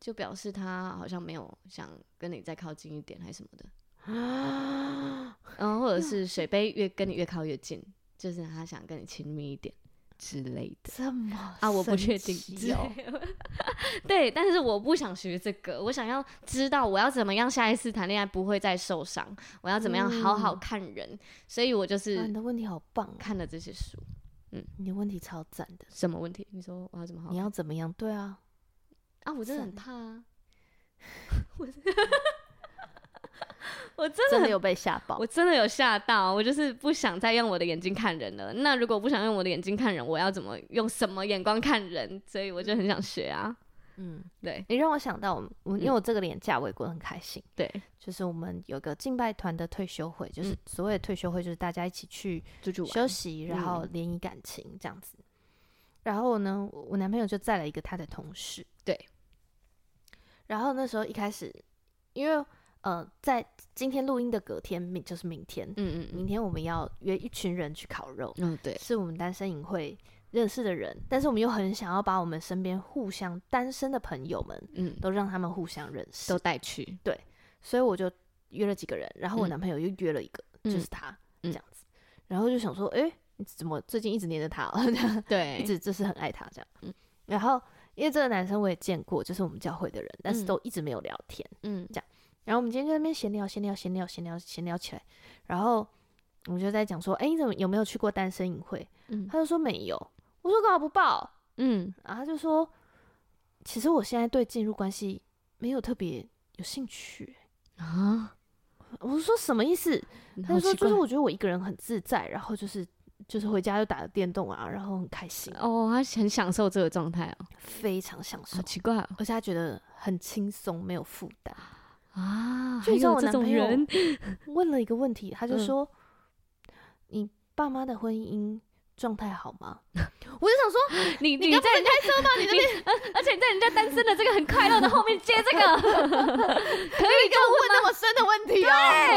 就表示他好像没有想跟你再靠近一点，还是什么的，啊，然后或者是水杯越跟你越靠越近，就是他想跟你亲密一点之类的。这么啊，我不神确定奇之类 (laughs) 哦，的。 (laughs) 对，但是我不想学这个，我想要知道我要怎么样下一次谈恋爱不会再受伤，我要怎么样好好看人，所以我就嗯啊你是的问题好棒啊，看了这些书。你的问题超赞的。什么问题？你说我要怎么好你要怎么样？对啊，啊？我真的算了很怕啊， (laughs) 我我真真的的哦很有被吓爆我。真的有吓到，我就是不想再用我的眼睛看人了。那如果不想用我的眼睛看人，我要怎么用什么眼光看人？所以我就很想学啊。嗯，对你让我想到我们，我因为嗯我这个廉价我也过得很开心。对，就是我们有个敬拜团的退休会，就是嗯所谓的退休会，就是大家一起去就就休息，然后嗯联谊感情这样子。然后呢，我我男朋友就载了一个他的同事，对。然后那时候一开始，因为呃，在今天录音的隔天，明就是明天，嗯嗯明天我们要约一群人去烤肉，嗯，对，是我们单身营会认识的人，但是我们又很想要把我们身边互相单身的朋友们嗯，都让他们互相认识都，带去，所以我就约了几个人，然后我嗯男朋友又约了一个，就是嗯他、嗯这样子，然后就想说，哎、你怎么最近一直黏着他、哦，对一直就是很爱他这样，哎嗯然后因为这个男生我也见过，就是我们教会的人，但是嗯都一直没有聊天，嗯然后我们今天就在那边闲聊，闲聊，闲聊，闲聊，闲聊起来，然后我们就在讲说，哎、你怎么有没有去过单身营会？嗯他就说没有，我说干嘛不报？嗯然后他就说，其实我现在对进入关系没有特别有兴趣、啊，我说什么意思？他就好说奇就怪是我觉得我一个人很自在，然后就是就是回家就打个电动啊，然后很开心，哦，他很享受这个状态哦，非常享受好，奇怪哦而且他觉得很轻松，没有负担。啊，就还像有我这男种朋友人，问了一个问题，他就嗯说：“你爸妈的婚姻状态好吗？” (laughs) 我就想说，你你在人家说到你那边，呃 (laughs) 而且你在人家单身的这个很快乐的后面接这个， (laughs) 可以跟我问那么深的问题哦，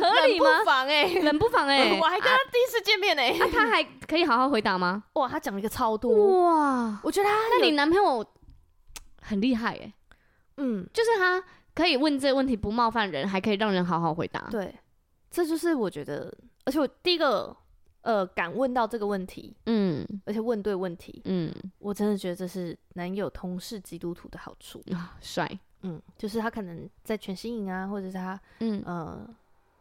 合理吗？妨 (laughs) 哎、冷不防哎，我还跟他第一次见面呢、欸啊他还可以好好回答吗？哇，他讲了一个超多，哇，我觉得他那有你男朋友很厉害哎，嗯，就是他可以问这个问题不冒犯人，还可以让人好好回答，对，这就是我觉得，而且我第一个呃敢问到这个问题，嗯而且问对问题，嗯我真的觉得这是男友同是基督徒的好处。啊，帅，嗯，就是他可能在全新营啊，或者是他嗯呃，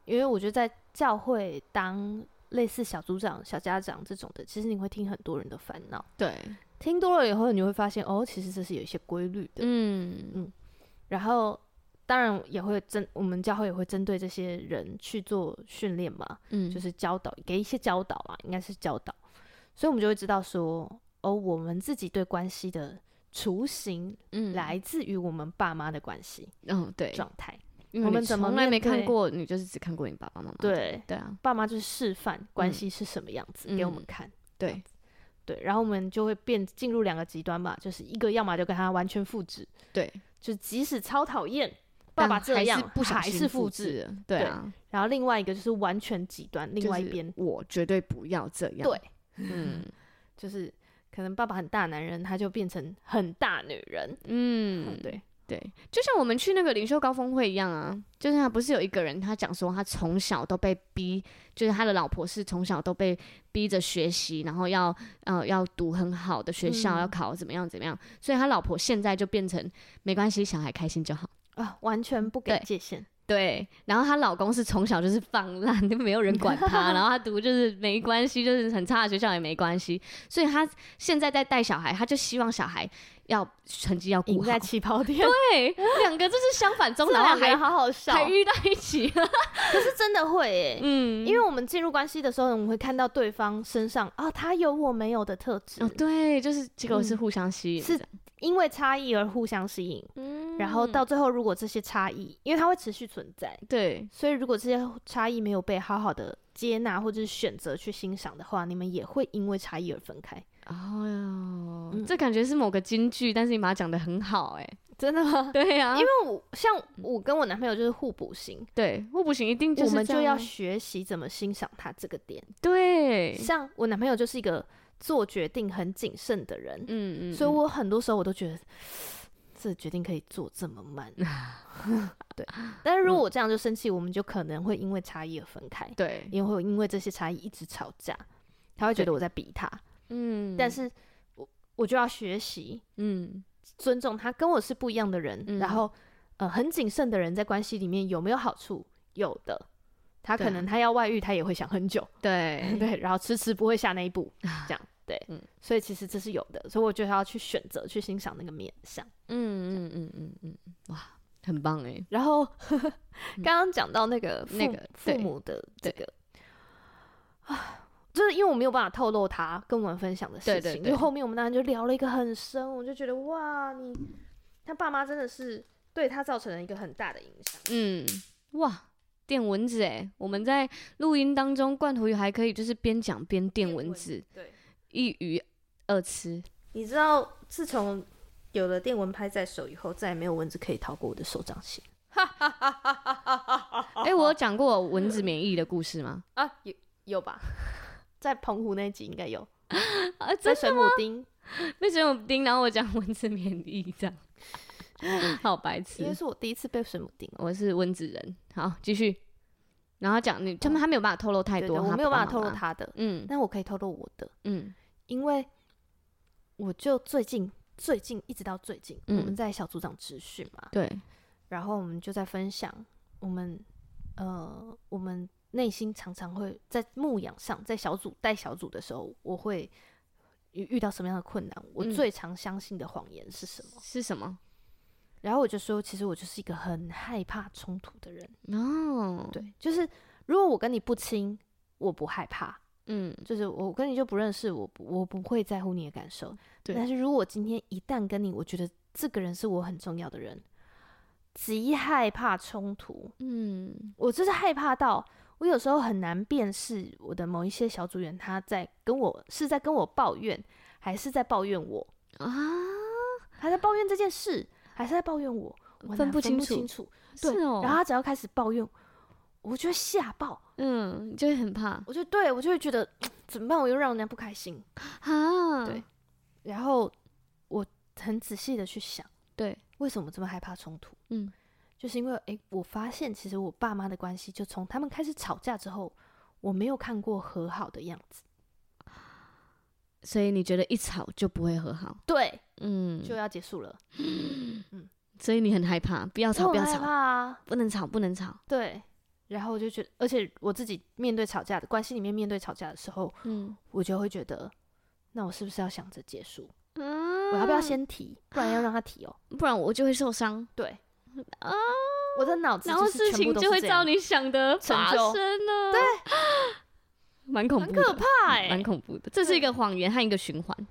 因为我觉得在教会当类似小组长、小家长这种的，其实你会听很多人的烦恼，对，听多了以后，你会发现哦，其实这是有一些规律的。嗯然后当然也会针我们教会也会针对这些人去做训练嘛，嗯，就是教导，给一些教导啊，应该是教导，所以我们就会知道说，哦，我们自己对关系的雏形嗯来自于我们爸妈的关系嗯对状态，因为我们你怎么从来没面对看过，你就是只看过你爸爸妈妈。对对啊，爸妈就是示范关嗯系是什么样子、给我们嗯看。对，对，然后我们就会变进入两个极端吧，就是一个要么就跟他完全复制，对，就即使超讨厌爸爸但这还是样，不小还心是复复制。了。对对啊，然后另外一个就是完全极端，另就外一是边我绝对不要这样。对，嗯就是可能爸爸很大男人，他就变成很大女人。嗯，嗯，对，对，就像我们去那个领袖高峰会一样啊，就是他不是有一个人，他讲说他从小都被逼，就是他的老婆是从小都被逼着学习，然后要呃要读很好的学校，嗯要考怎么样怎么样，所以他老婆现在就变成没关系，小孩开心就好。啊，完全不给对界 (laughs) 限。对，然后她老公是从小就是放烂，就没有人管 (laughs) 他，然后他读就是没关系，就是很差的学校也没关系，所以他现在在带小孩，他就希望小孩要成绩要顾赢好在。起跑 (laughs) 点， (laughs) 对，两个就是相反中，这然后两个还人好好笑，还遇到一起 (laughs) 了。可是真的会耶、嗯因为我们进入关系的时候，我们会看到对方身上啊，他有我没有的特质，哦，对，就是结果是嗯互相吸引是的，因为差异而互相吸引。嗯然后到最后，如果这些差异，因为它会持续存在，对所以如果这些差异没有被好好的接纳或者是选择去欣赏的话，你们也会因为差异而分开。哦哟嗯，这感觉是某个金句，但是你把它讲的很好， (laughs) 哎，真的吗？对啊 (laughs) 呀，因为我像我跟我男朋友就是互补型，对互补型一定就我是们这就样要啊学习怎么欣赏他这个点。对，像我男朋友就是一个做决定很谨慎的人，嗯嗯，所以嗯我很多时候我都觉得这决定可以做这么 (laughs) 慢。对，但嗯是如果我这样就生气，我们就可能会因为差异而分开，对，因为会因为这些差异一直吵架，他会觉嗯对得我在逼他，嗯但是我我就要学习嗯尊重他跟我是不一样的人，嗯然后呃很谨慎的人在关系里面有没有好处？有的。他对可啊能他要外遇，他也会想很久， (laughs) 对，对，然后迟迟不会下那一步，这样对，嗯所以其实这是有的，所以我觉得要去选择去欣赏那个面相。嗯嗯嗯嗯嗯，哇，很棒哎，然 (laughs) 后刚刚讲到那个父那个父对母的这对个啊，就是因为我没有办法透露他跟我们分享的事情，对对对就后面我们当然就聊了一个很深，我就觉得哇，你他爸妈真的是对他造成了一个很大的影响。嗯，哇。电蚊子哎，我们在录音当中，罐头鱼还可以就是边讲边电电蚊蚊子，对，一鱼二吃，你知道自从有了电蚊拍在手以后，再也没有蚊子可以逃过我的手掌心。哦哎、我有讲过蚊子免疫的故 (laughs) 事吗？啊，有有吧？ (laughs) 在澎湖那一集应该有，啊，在 (laughs) 这水母町，为什么叮？然后我讲蚊子免疫这样， (laughs) 好白因为痴。是我第一次被水母叮哦。我是蚊子人，好继续。然后讲你，他们他没有办法透露太对哦对，多，我他没有爸办爸法透露妈妈。他的，嗯但我可以透露我的，嗯因为我就最近最近一直到最近，嗯我们在小组长职训嘛，对，然后我们就在分享我们呃我们内心常常会在牧养上，在小组带小组的时候，我会遇遇到什么样的困难，我嗯最常相信的谎言是什么？是什么？然后我就说，其实我就是一个很害怕冲突的人。哦，，对，就是如果我跟你不亲，我不害怕，嗯就是我跟你就不认识，我不我不会在乎你的感受。对但是如果我今天一旦跟你，我觉得这个人是我很重要的人，极害怕冲突，嗯我就是害怕到我有时候很难辨识我的某一些小组员他在跟我是在跟我抱怨，还是在抱怨我，啊，还在抱怨这件事，还是在抱怨我，我分哪不清不楚清楚。是对，哦。然后他只要开始抱怨，我就会吓爆，嗯，你就会很怕我就对我就会觉得怎么办，我又让人家不开心。啊。对然后我很仔细的去想，对，为什么这么害怕冲突？嗯，就是因为诶，我发现其实我爸妈的关系，就从他们开始吵架之后，我没有看过和好的样子。所以你觉得一吵就不会和好？对，嗯，就要结束了，所以你很害怕，不要我嗯吵，不要很害怕吵，啊。不能吵，不能吵。对，然后我就觉得，而且我自己面对吵架的关系里面面对吵架的时候，嗯，我就会觉得，那我是不是要想着结束？我我要不要？先提？不然要让他提哦。啊不然我就会受伤对，啊。我的脑子然后就是全事部情都就是会这照样，你想的成发就生了，对，蛮恐很怖的，可怕哎、蛮恐怖的。这是一对个谎言和一个循环，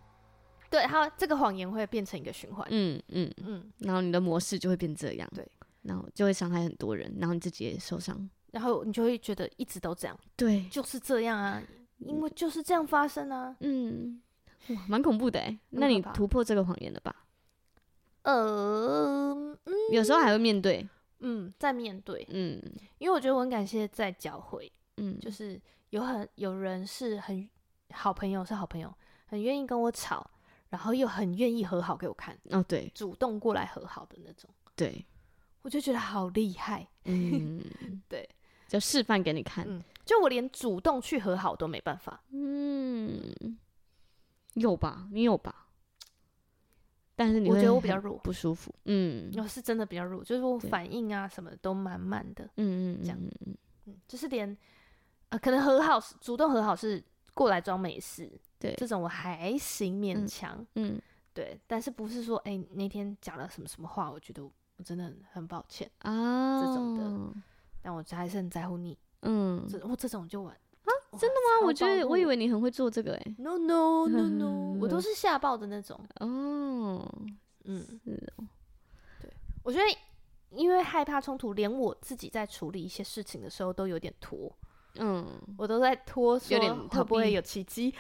对，它这个谎言会变成一个循环。嗯嗯，嗯，然后你的模式就会变这样，对然后就会伤害很多人，然后你自己也受伤。然后你就会觉得一直都这样，对，就是这样啊，因为就是这样发生啊。嗯，哇，蛮恐怖的哎。那你可怕突破这个谎言了吧？呃，嗯有时候还会面对，嗯，在面对，嗯因为我觉得我很感谢在教会，嗯，就是有很有人是很好朋友，是好朋友，很愿意跟我吵，然后又很愿意和好给我看，哦对主动过来和好的那种， (laughs) 对，我就觉得好厉害。嗯对，就示范给你看。嗯就我连主动去和好都没办法，嗯，有吧？你有吧？但是你我觉会得我比较很弱不舒服。嗯我是真的比较弱，就是我对反应啊什么都满满的，嗯嗯这样嗯嗯，嗯，就是连呃可能和好是主动和好是过来装没事，对这种我还行勉强，嗯对，但是不是说哎、那天讲了什么什么话，我觉得我我真的很很抱歉，啊，种的但我还是很在乎你，嗯，这我这种就完啊，真的啊，我觉得我以为你很会做这个哎、 no no no (laughs) no，我都是吓爆的那种，哦，嗯，是哦，我觉得因为害怕冲突，连我自己在处理一些事情的时候都有点拖， (laughs) 嗯，我都在拖，有说点逃会不会避有奇 (laughs) 迹？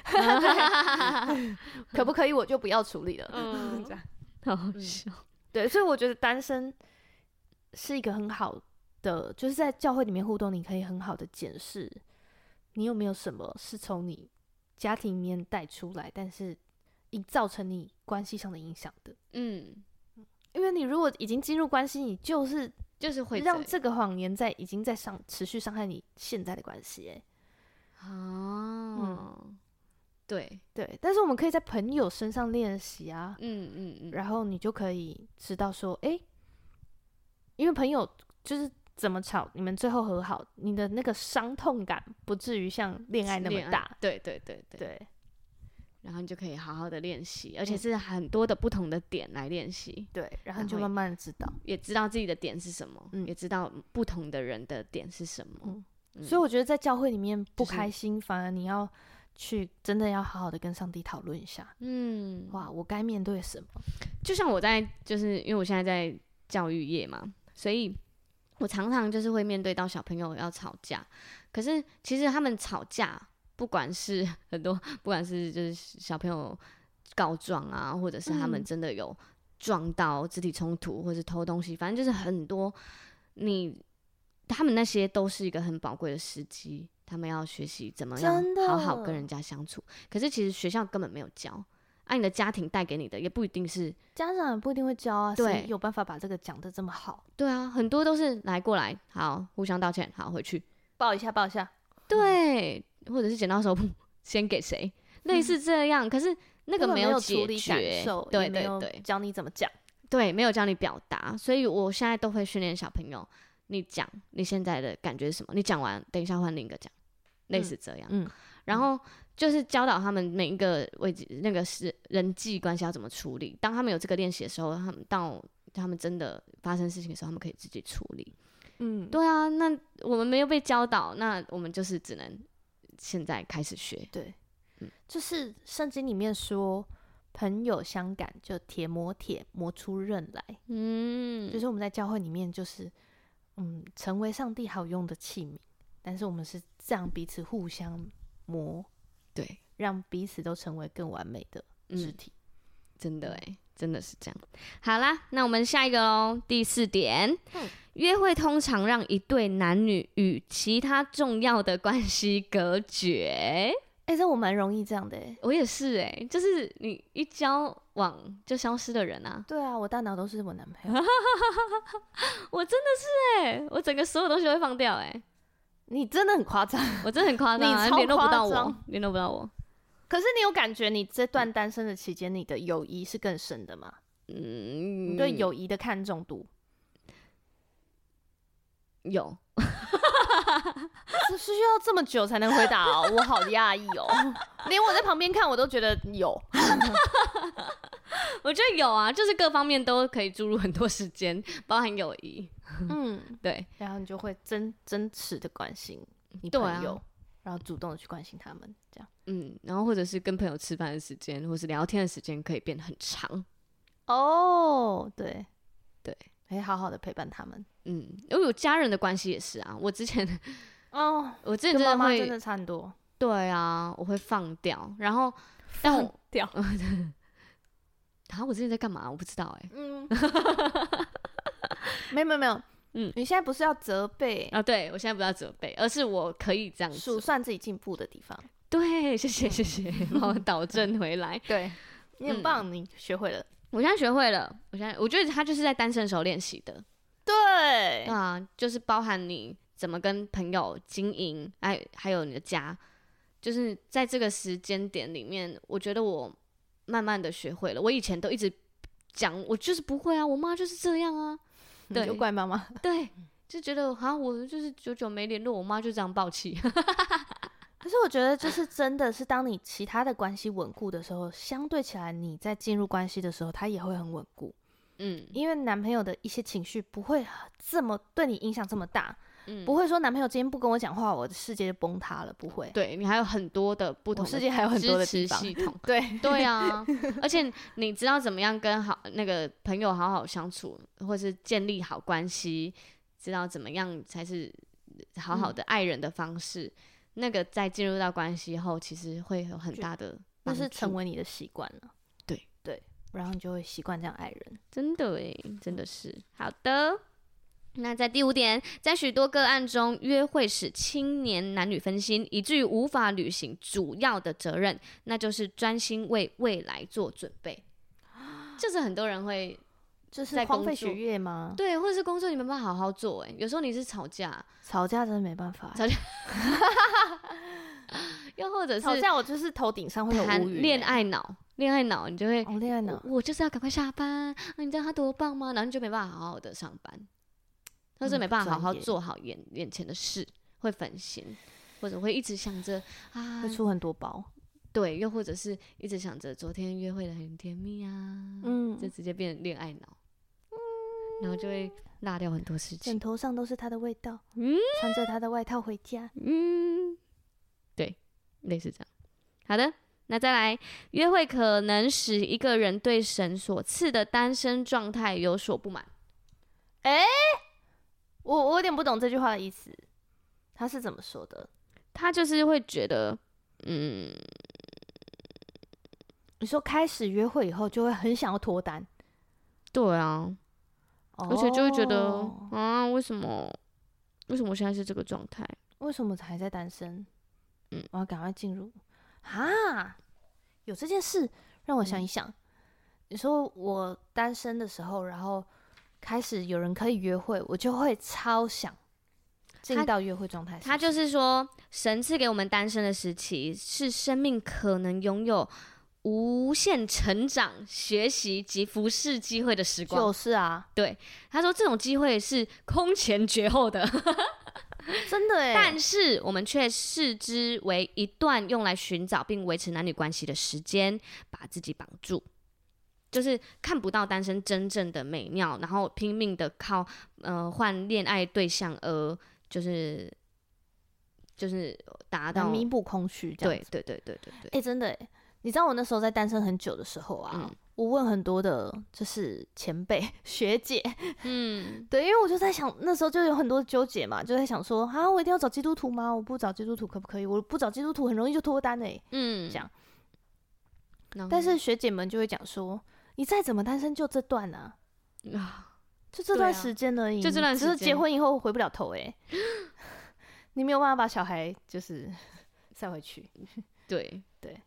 对可不可以我就不要处理了？ (laughs) 嗯这样好笑，对，所以我觉得单身是一个很好的，就是在教会里面互动，你可以很好的检视你有没有什么是从你家庭里面带出来，但是影造成你关系上的影响的。嗯，因为你如果已经进入关系，你就是就是会让这这个谎言在已经在伤持续伤害你现在的关系、欸。啊，哦嗯对，对，但是我们可以在朋友身上练习啊，嗯嗯嗯，然后你就可以知道说，诶，因为朋友就是怎么吵，你们最后和好，你的那个伤痛感不至于像恋爱那恋么大。对对对对，对，嗯然后你就可以好好的练习，而且是很多的不同的点来练习，对，然后你然就后慢慢地知道。也知道自己的点是什么，嗯也知道不同的人的点是什么，嗯所以我觉得在教会里面不就是开心，反而你要去真的要好好的跟上帝讨论一下，嗯，哇，我该面对什么？就像我在，就是因为我现在在教育业嘛，所以我常常就是会面对到小朋友要吵架，可是其实他们吵架，不管是很多，不管是就是小朋友告状啊，或者是他们嗯真的有撞到肢体冲突，或是偷东西，反正就是很多你他们那些都是一个很宝贵的时机，他们要学习怎么样真的好好跟人家相处。可是其实学校根本没有教。啊，你的家庭带给你的也不一定是家长也不一定会教啊，谁对有办法把这个讲的这么好？对啊，很多都是来过来，好，互相道歉，好回去，抱一下，抱一下，对，或者是剪刀手 (laughs) 布先给谁，类似这样。可是那个嗯根本没没有处解理感决受，，也对没对有对教你怎么讲。对，没有教你表达，所以我现在都会训练小朋友，你讲你现在的感觉是什么，你讲完，等一下换另一个讲，类似这样。嗯然后就是教导他们每一个位置，那个是人际关系要怎么处理。当他们有这个练习的时候，他们到他们真的发生事情的时候，他们可以自己处理。嗯，对啊，那我们没有被教导，那我们就是只能现在开始学。对嗯，就是圣经里面说，朋友相感就铁磨铁，磨出刃来。嗯，就是我们在教会里面，就是嗯，成为上帝好用的器皿。但是我们是这样彼此互相磨，对，让彼此都成为更完美的肢嗯，体。真的哎、真的是这样。好啦，那我们下一个喽，第四点，嗯约会通常让一对男女与其他重要的关系隔绝。哎、这我蛮容易这样的、欸。我也是哎、就是你一交往就消失的人啊，对啊，我大脑都是我男朋 (laughs) 友。我真的是哎、我整个所有东西都会放掉哎、你真的很夸 (laughs) 张，我真的很夸张、啊，你超联络不到夸我张，联络不到我。可是你有感觉你这段单身的期间，你的友谊是更深的吗？嗯，你对友谊的看重度，有，是是需要这么久才能回答哦，我好讶异哦， (laughs) 连我在旁边看我都觉得有，我觉得有啊，就是各方面都可以注入很多时间，包含友谊。嗯，对，然后你就会真真实的关心你对朋啊友，然后主动的去关心他们，这样。嗯，然后或者是跟朋友吃饭的时间，或是聊天的时间，可以变得很长。哦，对对，可以好好的陪伴他们，嗯，因为我家人的关系也是啊，我之前哦，我之前跟真妈的妈会真的差很多。对啊，我会放掉，然后但我掉， (laughs) 啊，我之前在干嘛？我不知道哎、嗯， (laughs) 没有没有没有，嗯嗯，你现在不是要责备、啊，对我现在不要责备，而是我可以这样数子。算自己进步的地方？对，谢谢 (laughs) 谢谢，帮我导正回来。对，嗯你很棒，你学会了。我现在学会了，我现在我觉得他就是在单身的时候练习的。对对，啊，就是包含你怎么跟朋友经营，还还有你的家，就是在这个时间点里面，我觉得我慢慢的学会了。我以前都一直讲，我就是不会啊，我妈就是这 (laughs) 样啊，你对就怪妈妈。对，就觉得好像我就是久久没联络，我妈就这样啊暴气。可是我觉得，就是真的是当你其他的关系稳固的时候，相对起来，你在进入关系的时候，它也会很稳固，嗯因为男朋友的一些情绪不会这么对你影响这么大，嗯，不会说男朋友今天不跟我讲话，我的世界就崩塌了，不会。对你还有很多的不我同世的界还有很多的支地持方。系统。 (laughs) 对，对啊，而且你知道怎么样跟好那个朋友好好相处，或是建立好关系，知道怎么样才是好好的爱人的方式。那个在进入到关系后，其实会有很就大的那帮是成助为你的习惯了。对对，然后你就会习惯这样爱人。真的诶，真的是好的。那在第五点，在许多个案中，约会使青年男女分心，以至于无法履行主要的责任，那就是专心为未来做准 (gasps) 备。就是很多人会这是在荒工废作学业吗？对，或者是工作你没办法好好做、欸，有时候你是吵架，吵架真的没办法，吵又或者吵是架我就是头顶上会有乌谈云。欸恋，爱脑，恋爱脑你就会，哦，恋爱脑我，我就是要赶快下班、啊，你知道他多棒吗？然后你就没办法好好的上班，或者嗯没办法好专好业做好眼眼前的事，会分心，或者会一直想着啊会，出很多包。对，又或者是一直想着昨天约会的很甜蜜啊，嗯就直接变恋爱脑，然后就会落掉很多事情枕。头上都是他的味道，嗯穿着他的外套回家。嗯，对，类似这样。好的，那再来，约会可能使一个人对神所赐的单身状态有所不满。我我有点不懂这句话的意思，他是怎么说的？他就是会觉得，嗯，你说开始约会以后就会很想要脱单，对啊，而且就会觉得，哦啊，为什么，为什么我现在是这个状态？为什么还在单身？嗯嗯，我要赶快进入啊！有这件事让我想一想。你说我单身的时候，然后开始有人可以约会，我就会超想进他到约会状态。他就是说，神赐给我们单身的时期，是生命可能拥有无限成长、学习及服侍机会的时光。就是 (laughs) 啊，他说这种机会是空前绝后的，真的哎。但是我们却视之为一段用来寻找并维持男女关系的时间，把自己绑住，就是看不到单身真正的美妙，然后拼命的靠呃换恋爱对象而就是就是达能到弥补啊空虚这样对子。对对对对对，哎、真的哎，你知道我那时候在单身很久的时候啊，嗯我问很多的，就是前辈 (laughs) 学姐，嗯对，因为我就在想，那时候就有很多纠结嘛，就在想说，啊，我一定要找基督徒吗？我不找基督徒可不可以？我不找基督徒很容易就脱单哎、嗯这样，然后但是学姐们就会讲说，你再怎么单身就这段啊，啊就这对段啊时间而已，就这你段只时是结间婚以后回不了头哎、 (laughs) 你没有办法把小孩就是 (laughs) 塞回去，对对。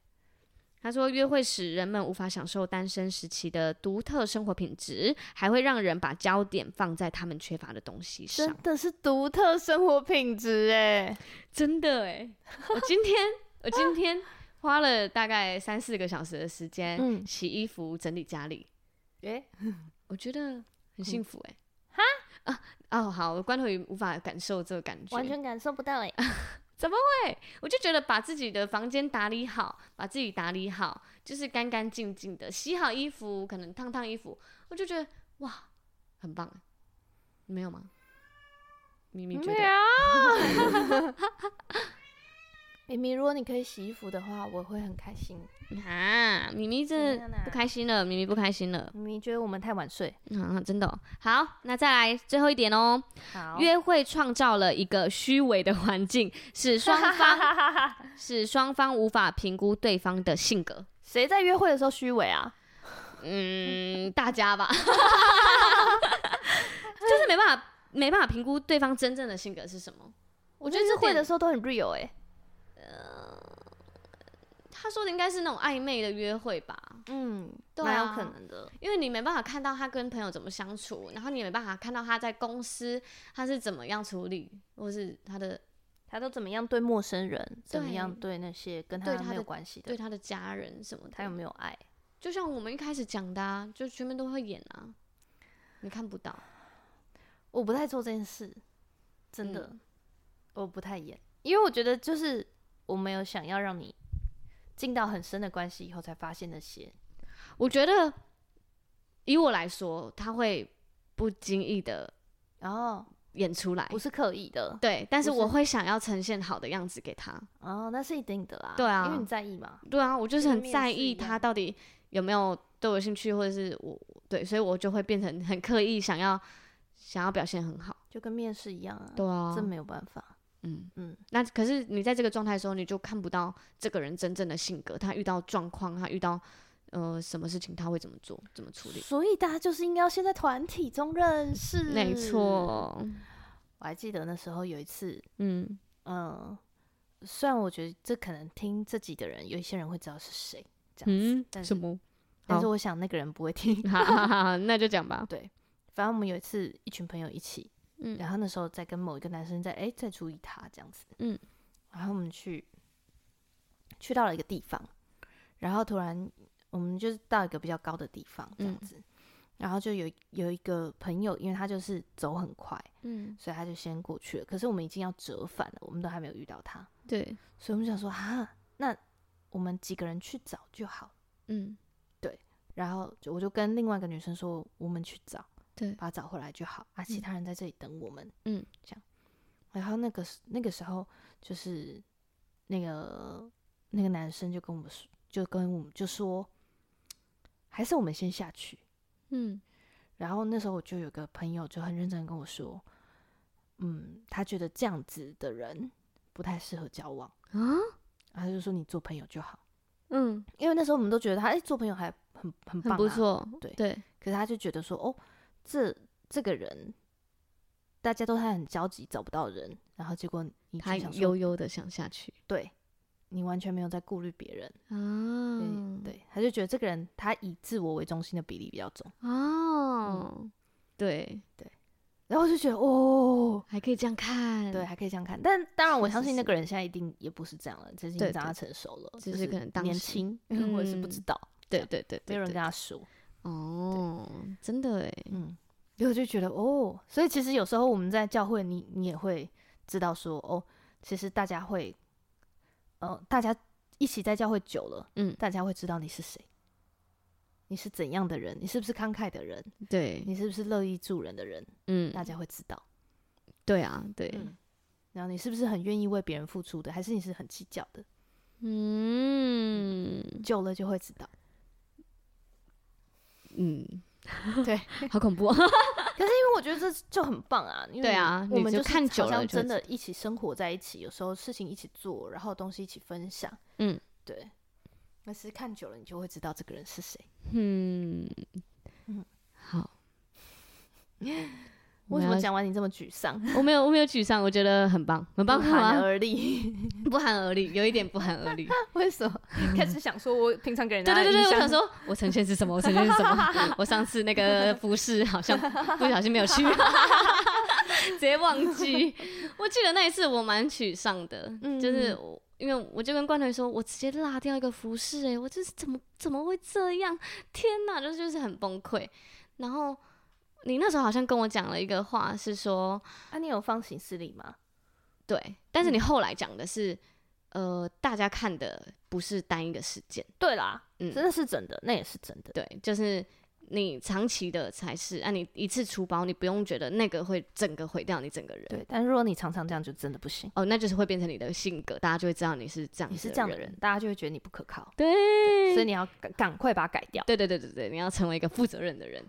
他说，约会使人们无法享受单身时期的独特生活品质，还会让人把焦点放在他们缺乏的东西上真。的是独特生活品质哎、真的哎，我今天我今天花了大概三四个小时的时间嗯，洗衣服、整理家里，哎、我觉得很嗯幸福哎。哈啊哦，好，我关头也无法感受这个感觉，完全感受不到哎、我就觉得把自己的房间打理好，把自己打理好，就是干干净净的，洗好衣服，可能烫烫衣服，我就觉得哇，很棒。你没有吗？明明觉得， (laughs) 明明，如果你可以洗衣服的话，我会很开心。啊，咪咪真的不开心了，咪咪不开心了，明明觉得我们太晚睡，啊，真的哦、好，那再来最后一点哦，好约会创造了一个虚伪的环境，使双方 (laughs) 使双方无法评估对方的性格。 (laughs) 谁在约会的时候虚伪啊？嗯，大家 (laughs) 吧，就是没办法没办法评估对方真正的性格是什么。我觉得这约会点的时候都很 real 哎、他说的应该是那种暧昧的约会吧，嗯，对蛮有啊可能的。因为你没办法看到他跟朋友怎么相处，然后你也没办法看到他在公司他是怎么样处理，或是他的他都怎么样对陌生人，怎么对样对那些跟对他他没有的关系的，对他的家人什么的。他有没有爱？就像我们一开始讲的、啊，就全面都会演啊，你看不到，我不太做这件事，真的，嗯我不太演，因为我觉得就是我没有想要让你进到很深的关系以后才发现那些。我觉得以我来说，他会不经意的然后演出来不，是刻意的，对，但是不是我会想要呈现好的样子给他。哦，那是一定的啦，对啊因为你在意嘛，对啊，我就是跟很面在试意一样他到底有没有对我有兴趣，或者是我对，所以我就会变成很刻意想要想要表现很好。就跟面试一样啊，对啊这，没有办法，嗯嗯嗯。那可是你在这个状态的时候，你就看不到这个人真正的性格，他遇到状况，他遇到呃什么事情，他会怎么做，怎么处理。所以大家就是应该要先在团体中认识，没。错，我还记得那时候有一次，嗯，嗯，虽然我觉得这可能听这集的人有一些人会知道是谁，这样子，嗯，但是什 (laughs) 么？但是好我想那个人不会听。哈哈哈哈，那就讲吧。反正我们有一次一群朋友一起，嗯然后那时候在跟某一个男生在哎、在注意他这样子，嗯，然后我们去去到了一个地方，然后突然我们就是到一个比较高的地方这样嗯子，然后就有有一个朋友，因为他就是走很快，嗯，所以他就先过去了，可是我们已经要折返了，我们都还没有遇到他，对，所以我们想说啊，那我们几个人去找就好。嗯，然后就我就跟另外一个女生说，我们去找，对把她找回来就好啊，其他人在这里等我们，嗯，这样。然后那个时那个时候就是那个那个男生就跟我们说，就跟我们就说，还是我们先下去。嗯，然后那时候我就有个朋友就很认真地跟我说，嗯，他觉得这样子的人不太适合交往，啊，然后他就说你做朋友就好，嗯，因为那时候我们都觉得他哎、做朋友还很很棒、很啊，不错，对对，可是他就觉得说，哦，这这个人，大家都还很焦急，找不到人，然后结果你他就想悠说，悠的想下去对你完全没有在顾虑别人，啊，对，他就觉得这个人他以自我为中心的比例比较重，嗯哦，啊对，然后我就觉得，哦，还可以这样看，对，，还可以这样看，但当然我是相是信是那个人现在一定也不是这样了，只是已对经长对大成熟了，只就是可能当年时轻，我也是不嗯知道，对对对，没对有人对跟他说，哦，真的哎，嗯，然后就觉得哦，所以其实有时候我们在教会你，你也会知道说哦，其实大家会，呃，大家一起在教会久了，嗯大家会知道你是谁，你是怎样的人，你是不是慷慨的人，对，你是不是乐意助人的人，嗯，大家会知道。对啊，对，嗯，然后你是不是很愿意为别人付出的，还是你是很计较的？嗯久了就会知道。嗯，对， (laughs) 好恐怖，啊因为我觉得这就很棒啊，因为对啊我你们就是看好久了像就会真的一起生活在一起，有时候事情一起做，然后东西一起分享，嗯，对。但是看久了，你就会知道这个人是谁。嗯嗯 (laughs) 好，我为什么要讲完你这么沮丧？我没有我没有沮丧，我觉得很棒，(laughs) 很棒，不寒好啊而 (laughs) 栗。不寒而栗，有一点不寒而栗。为什么开始想说，我平常给人对家对的对对，印象我想，说， (laughs) 我呈现是什么？我呈现是什 (laughs) 么？我上次那个服饰好 (laughs) 像不小心没有 (laughs) 去，直接忘记。我记得那一次我蛮沮丧的，嗯就是我因为我就跟罐头说，我直接落掉一个服饰，哎，我这是怎么怎么会这样？天哪，就是就是很崩溃。然后你那时候好像跟我讲了一个话，是说啊，你有放行事历吗？对，但是你后来讲的是，呃，大家看的不是单一个事件。对啦，嗯真的是真的，那也是真的。对，就是你长期的才是，啊，你一次出包，你不用觉得那个会整个毁掉你整个人。对，但如果你常常这样，就真的不行。哦，那就是会变成你的性格，大家就会知道你是这样，你是这样的人，。大家就会觉得你不可靠，对，嗯所以你要赶赶快把它改掉，对对对对对，你要成为一个负责任的人。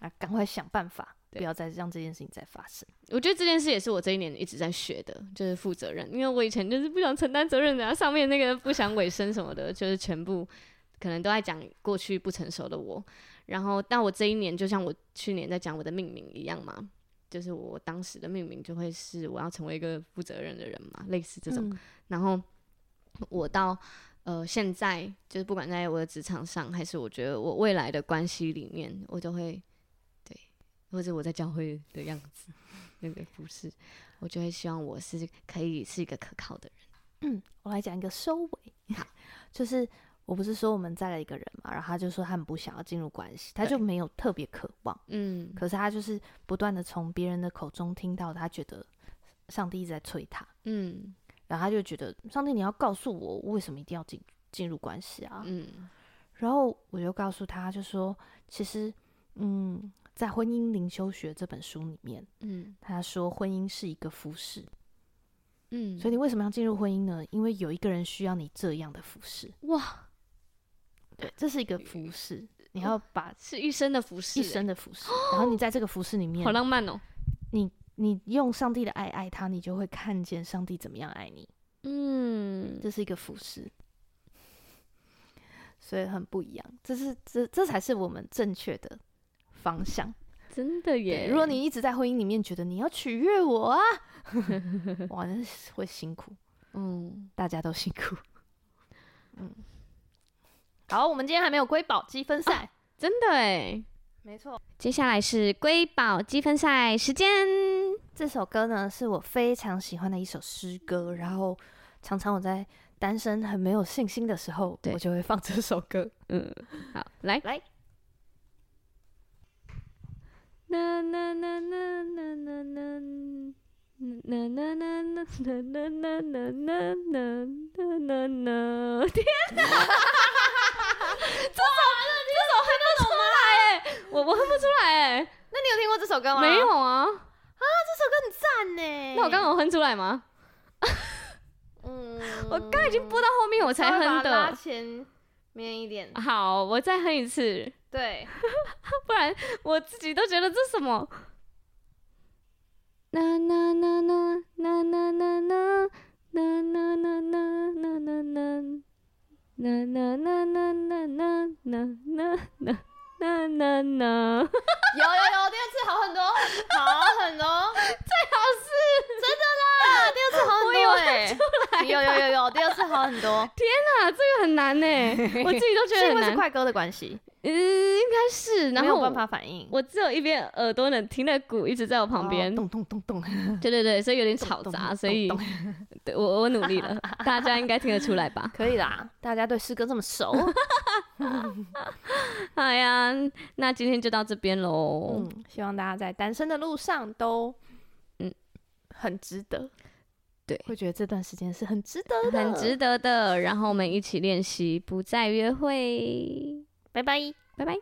啊，赶快想办法，嗯对不要再让这件事情再发生。我觉得这件事也是我这一年一直在学的，就是负责任。因为我以前就是不想承担责任的、啊，上面那个不想委身什么的，就是全部可能都在讲过去不成熟的我。然后，但我这一年就像我去年在讲我的命名一样嘛，就是我当时的命名就会是我要成为一个负责任的人嘛，类似这种。嗯然后我到呃现在，就是不管在我的职场上，还是我觉得我未来的关系里面，我都会对，或者我在教会的样子，那个服饰，我就会希望我是可以是一个可靠的人。我来讲一个收尾， (laughs) 就是我不是说我们载了一个人嘛，然后他就说他很不想要进入关系，他对就没有特别渴望，嗯，可是他就是不断的从别人的口中听到，他觉得上帝一直在催他，嗯然后他就觉得上帝你要告诉我为什么一定要进进入关系啊？嗯然后我就告诉他，就说其实嗯，在《婚姻灵修学》这本书里面，嗯他说婚姻是一个服饰，嗯，所以你为什么要进入婚姻呢？因为有一个人需要你这样的服饰。哇，对，这是一个服饰，你要把哦是一生的服饰、一生的服饰，然后你在这个服饰里欸，面好，浪漫哦。你用上帝的爱爱他，你就会看见上帝怎么样爱你。嗯，这是一个服饰，所以很不一样。这是这这才是我们正确的方向。真的耶对，！如果你一直在婚姻里面觉得你要取悦我啊， (laughs) 哇，那是会辛苦，嗯，大家都辛苦。嗯，好，我们今天还没有瑰宝积分赛，真的哎。没错。接下来是瑰宝积分赛时间。这首歌呢是我非常喜欢的一首诗歌，然后常常我在单身很没有信心的时候，对我就会放这首歌。嗯，好，来来。啦啦啦啦啦啦啦。啦啦啦啦啦啦啦啦啦啦啦啦！ (laughs) 天哪，这首这首哼不出来哎，我我哼不出来哎，那你有听过这首歌吗？没有啊。赞呢。那我刚刚有哼出来吗？嗯，我刚刚已经播到后面我才哼拉的。前面一点。好，我再哼一次。对，不然我自己都觉得这什么。啦啦啦啦啦啦啦啦啦啦啦啦啦啦啦啦啦啦啦啦啦啦啦啦啦啦， (laughs) 有有有，第二次好很多，好很多，最好是真的啦，第二次好很多哎，有有有有，第二次好很 (laughs) 多，啊，这个很难呢，我自己都觉是因得很为是难。快歌的关系，嗯，应该是，然没有后办法我反应。我只有一边耳朵能听的鼓一直在我旁边，咚咚咚咚，对对对，所以有点吵杂，所以对我我努力了，大家应该听得出来吧？可以啦， (laughs) 大家对诗歌这么 (laughs) 熟，好呀，那今天就到这边喽。嗯，希望大家在单身的路上都，嗯嗯，很值得，对会觉得这段时间是嗯很值得的，很值得的。然后我们一起练习，不再约会。拜拜。拜拜。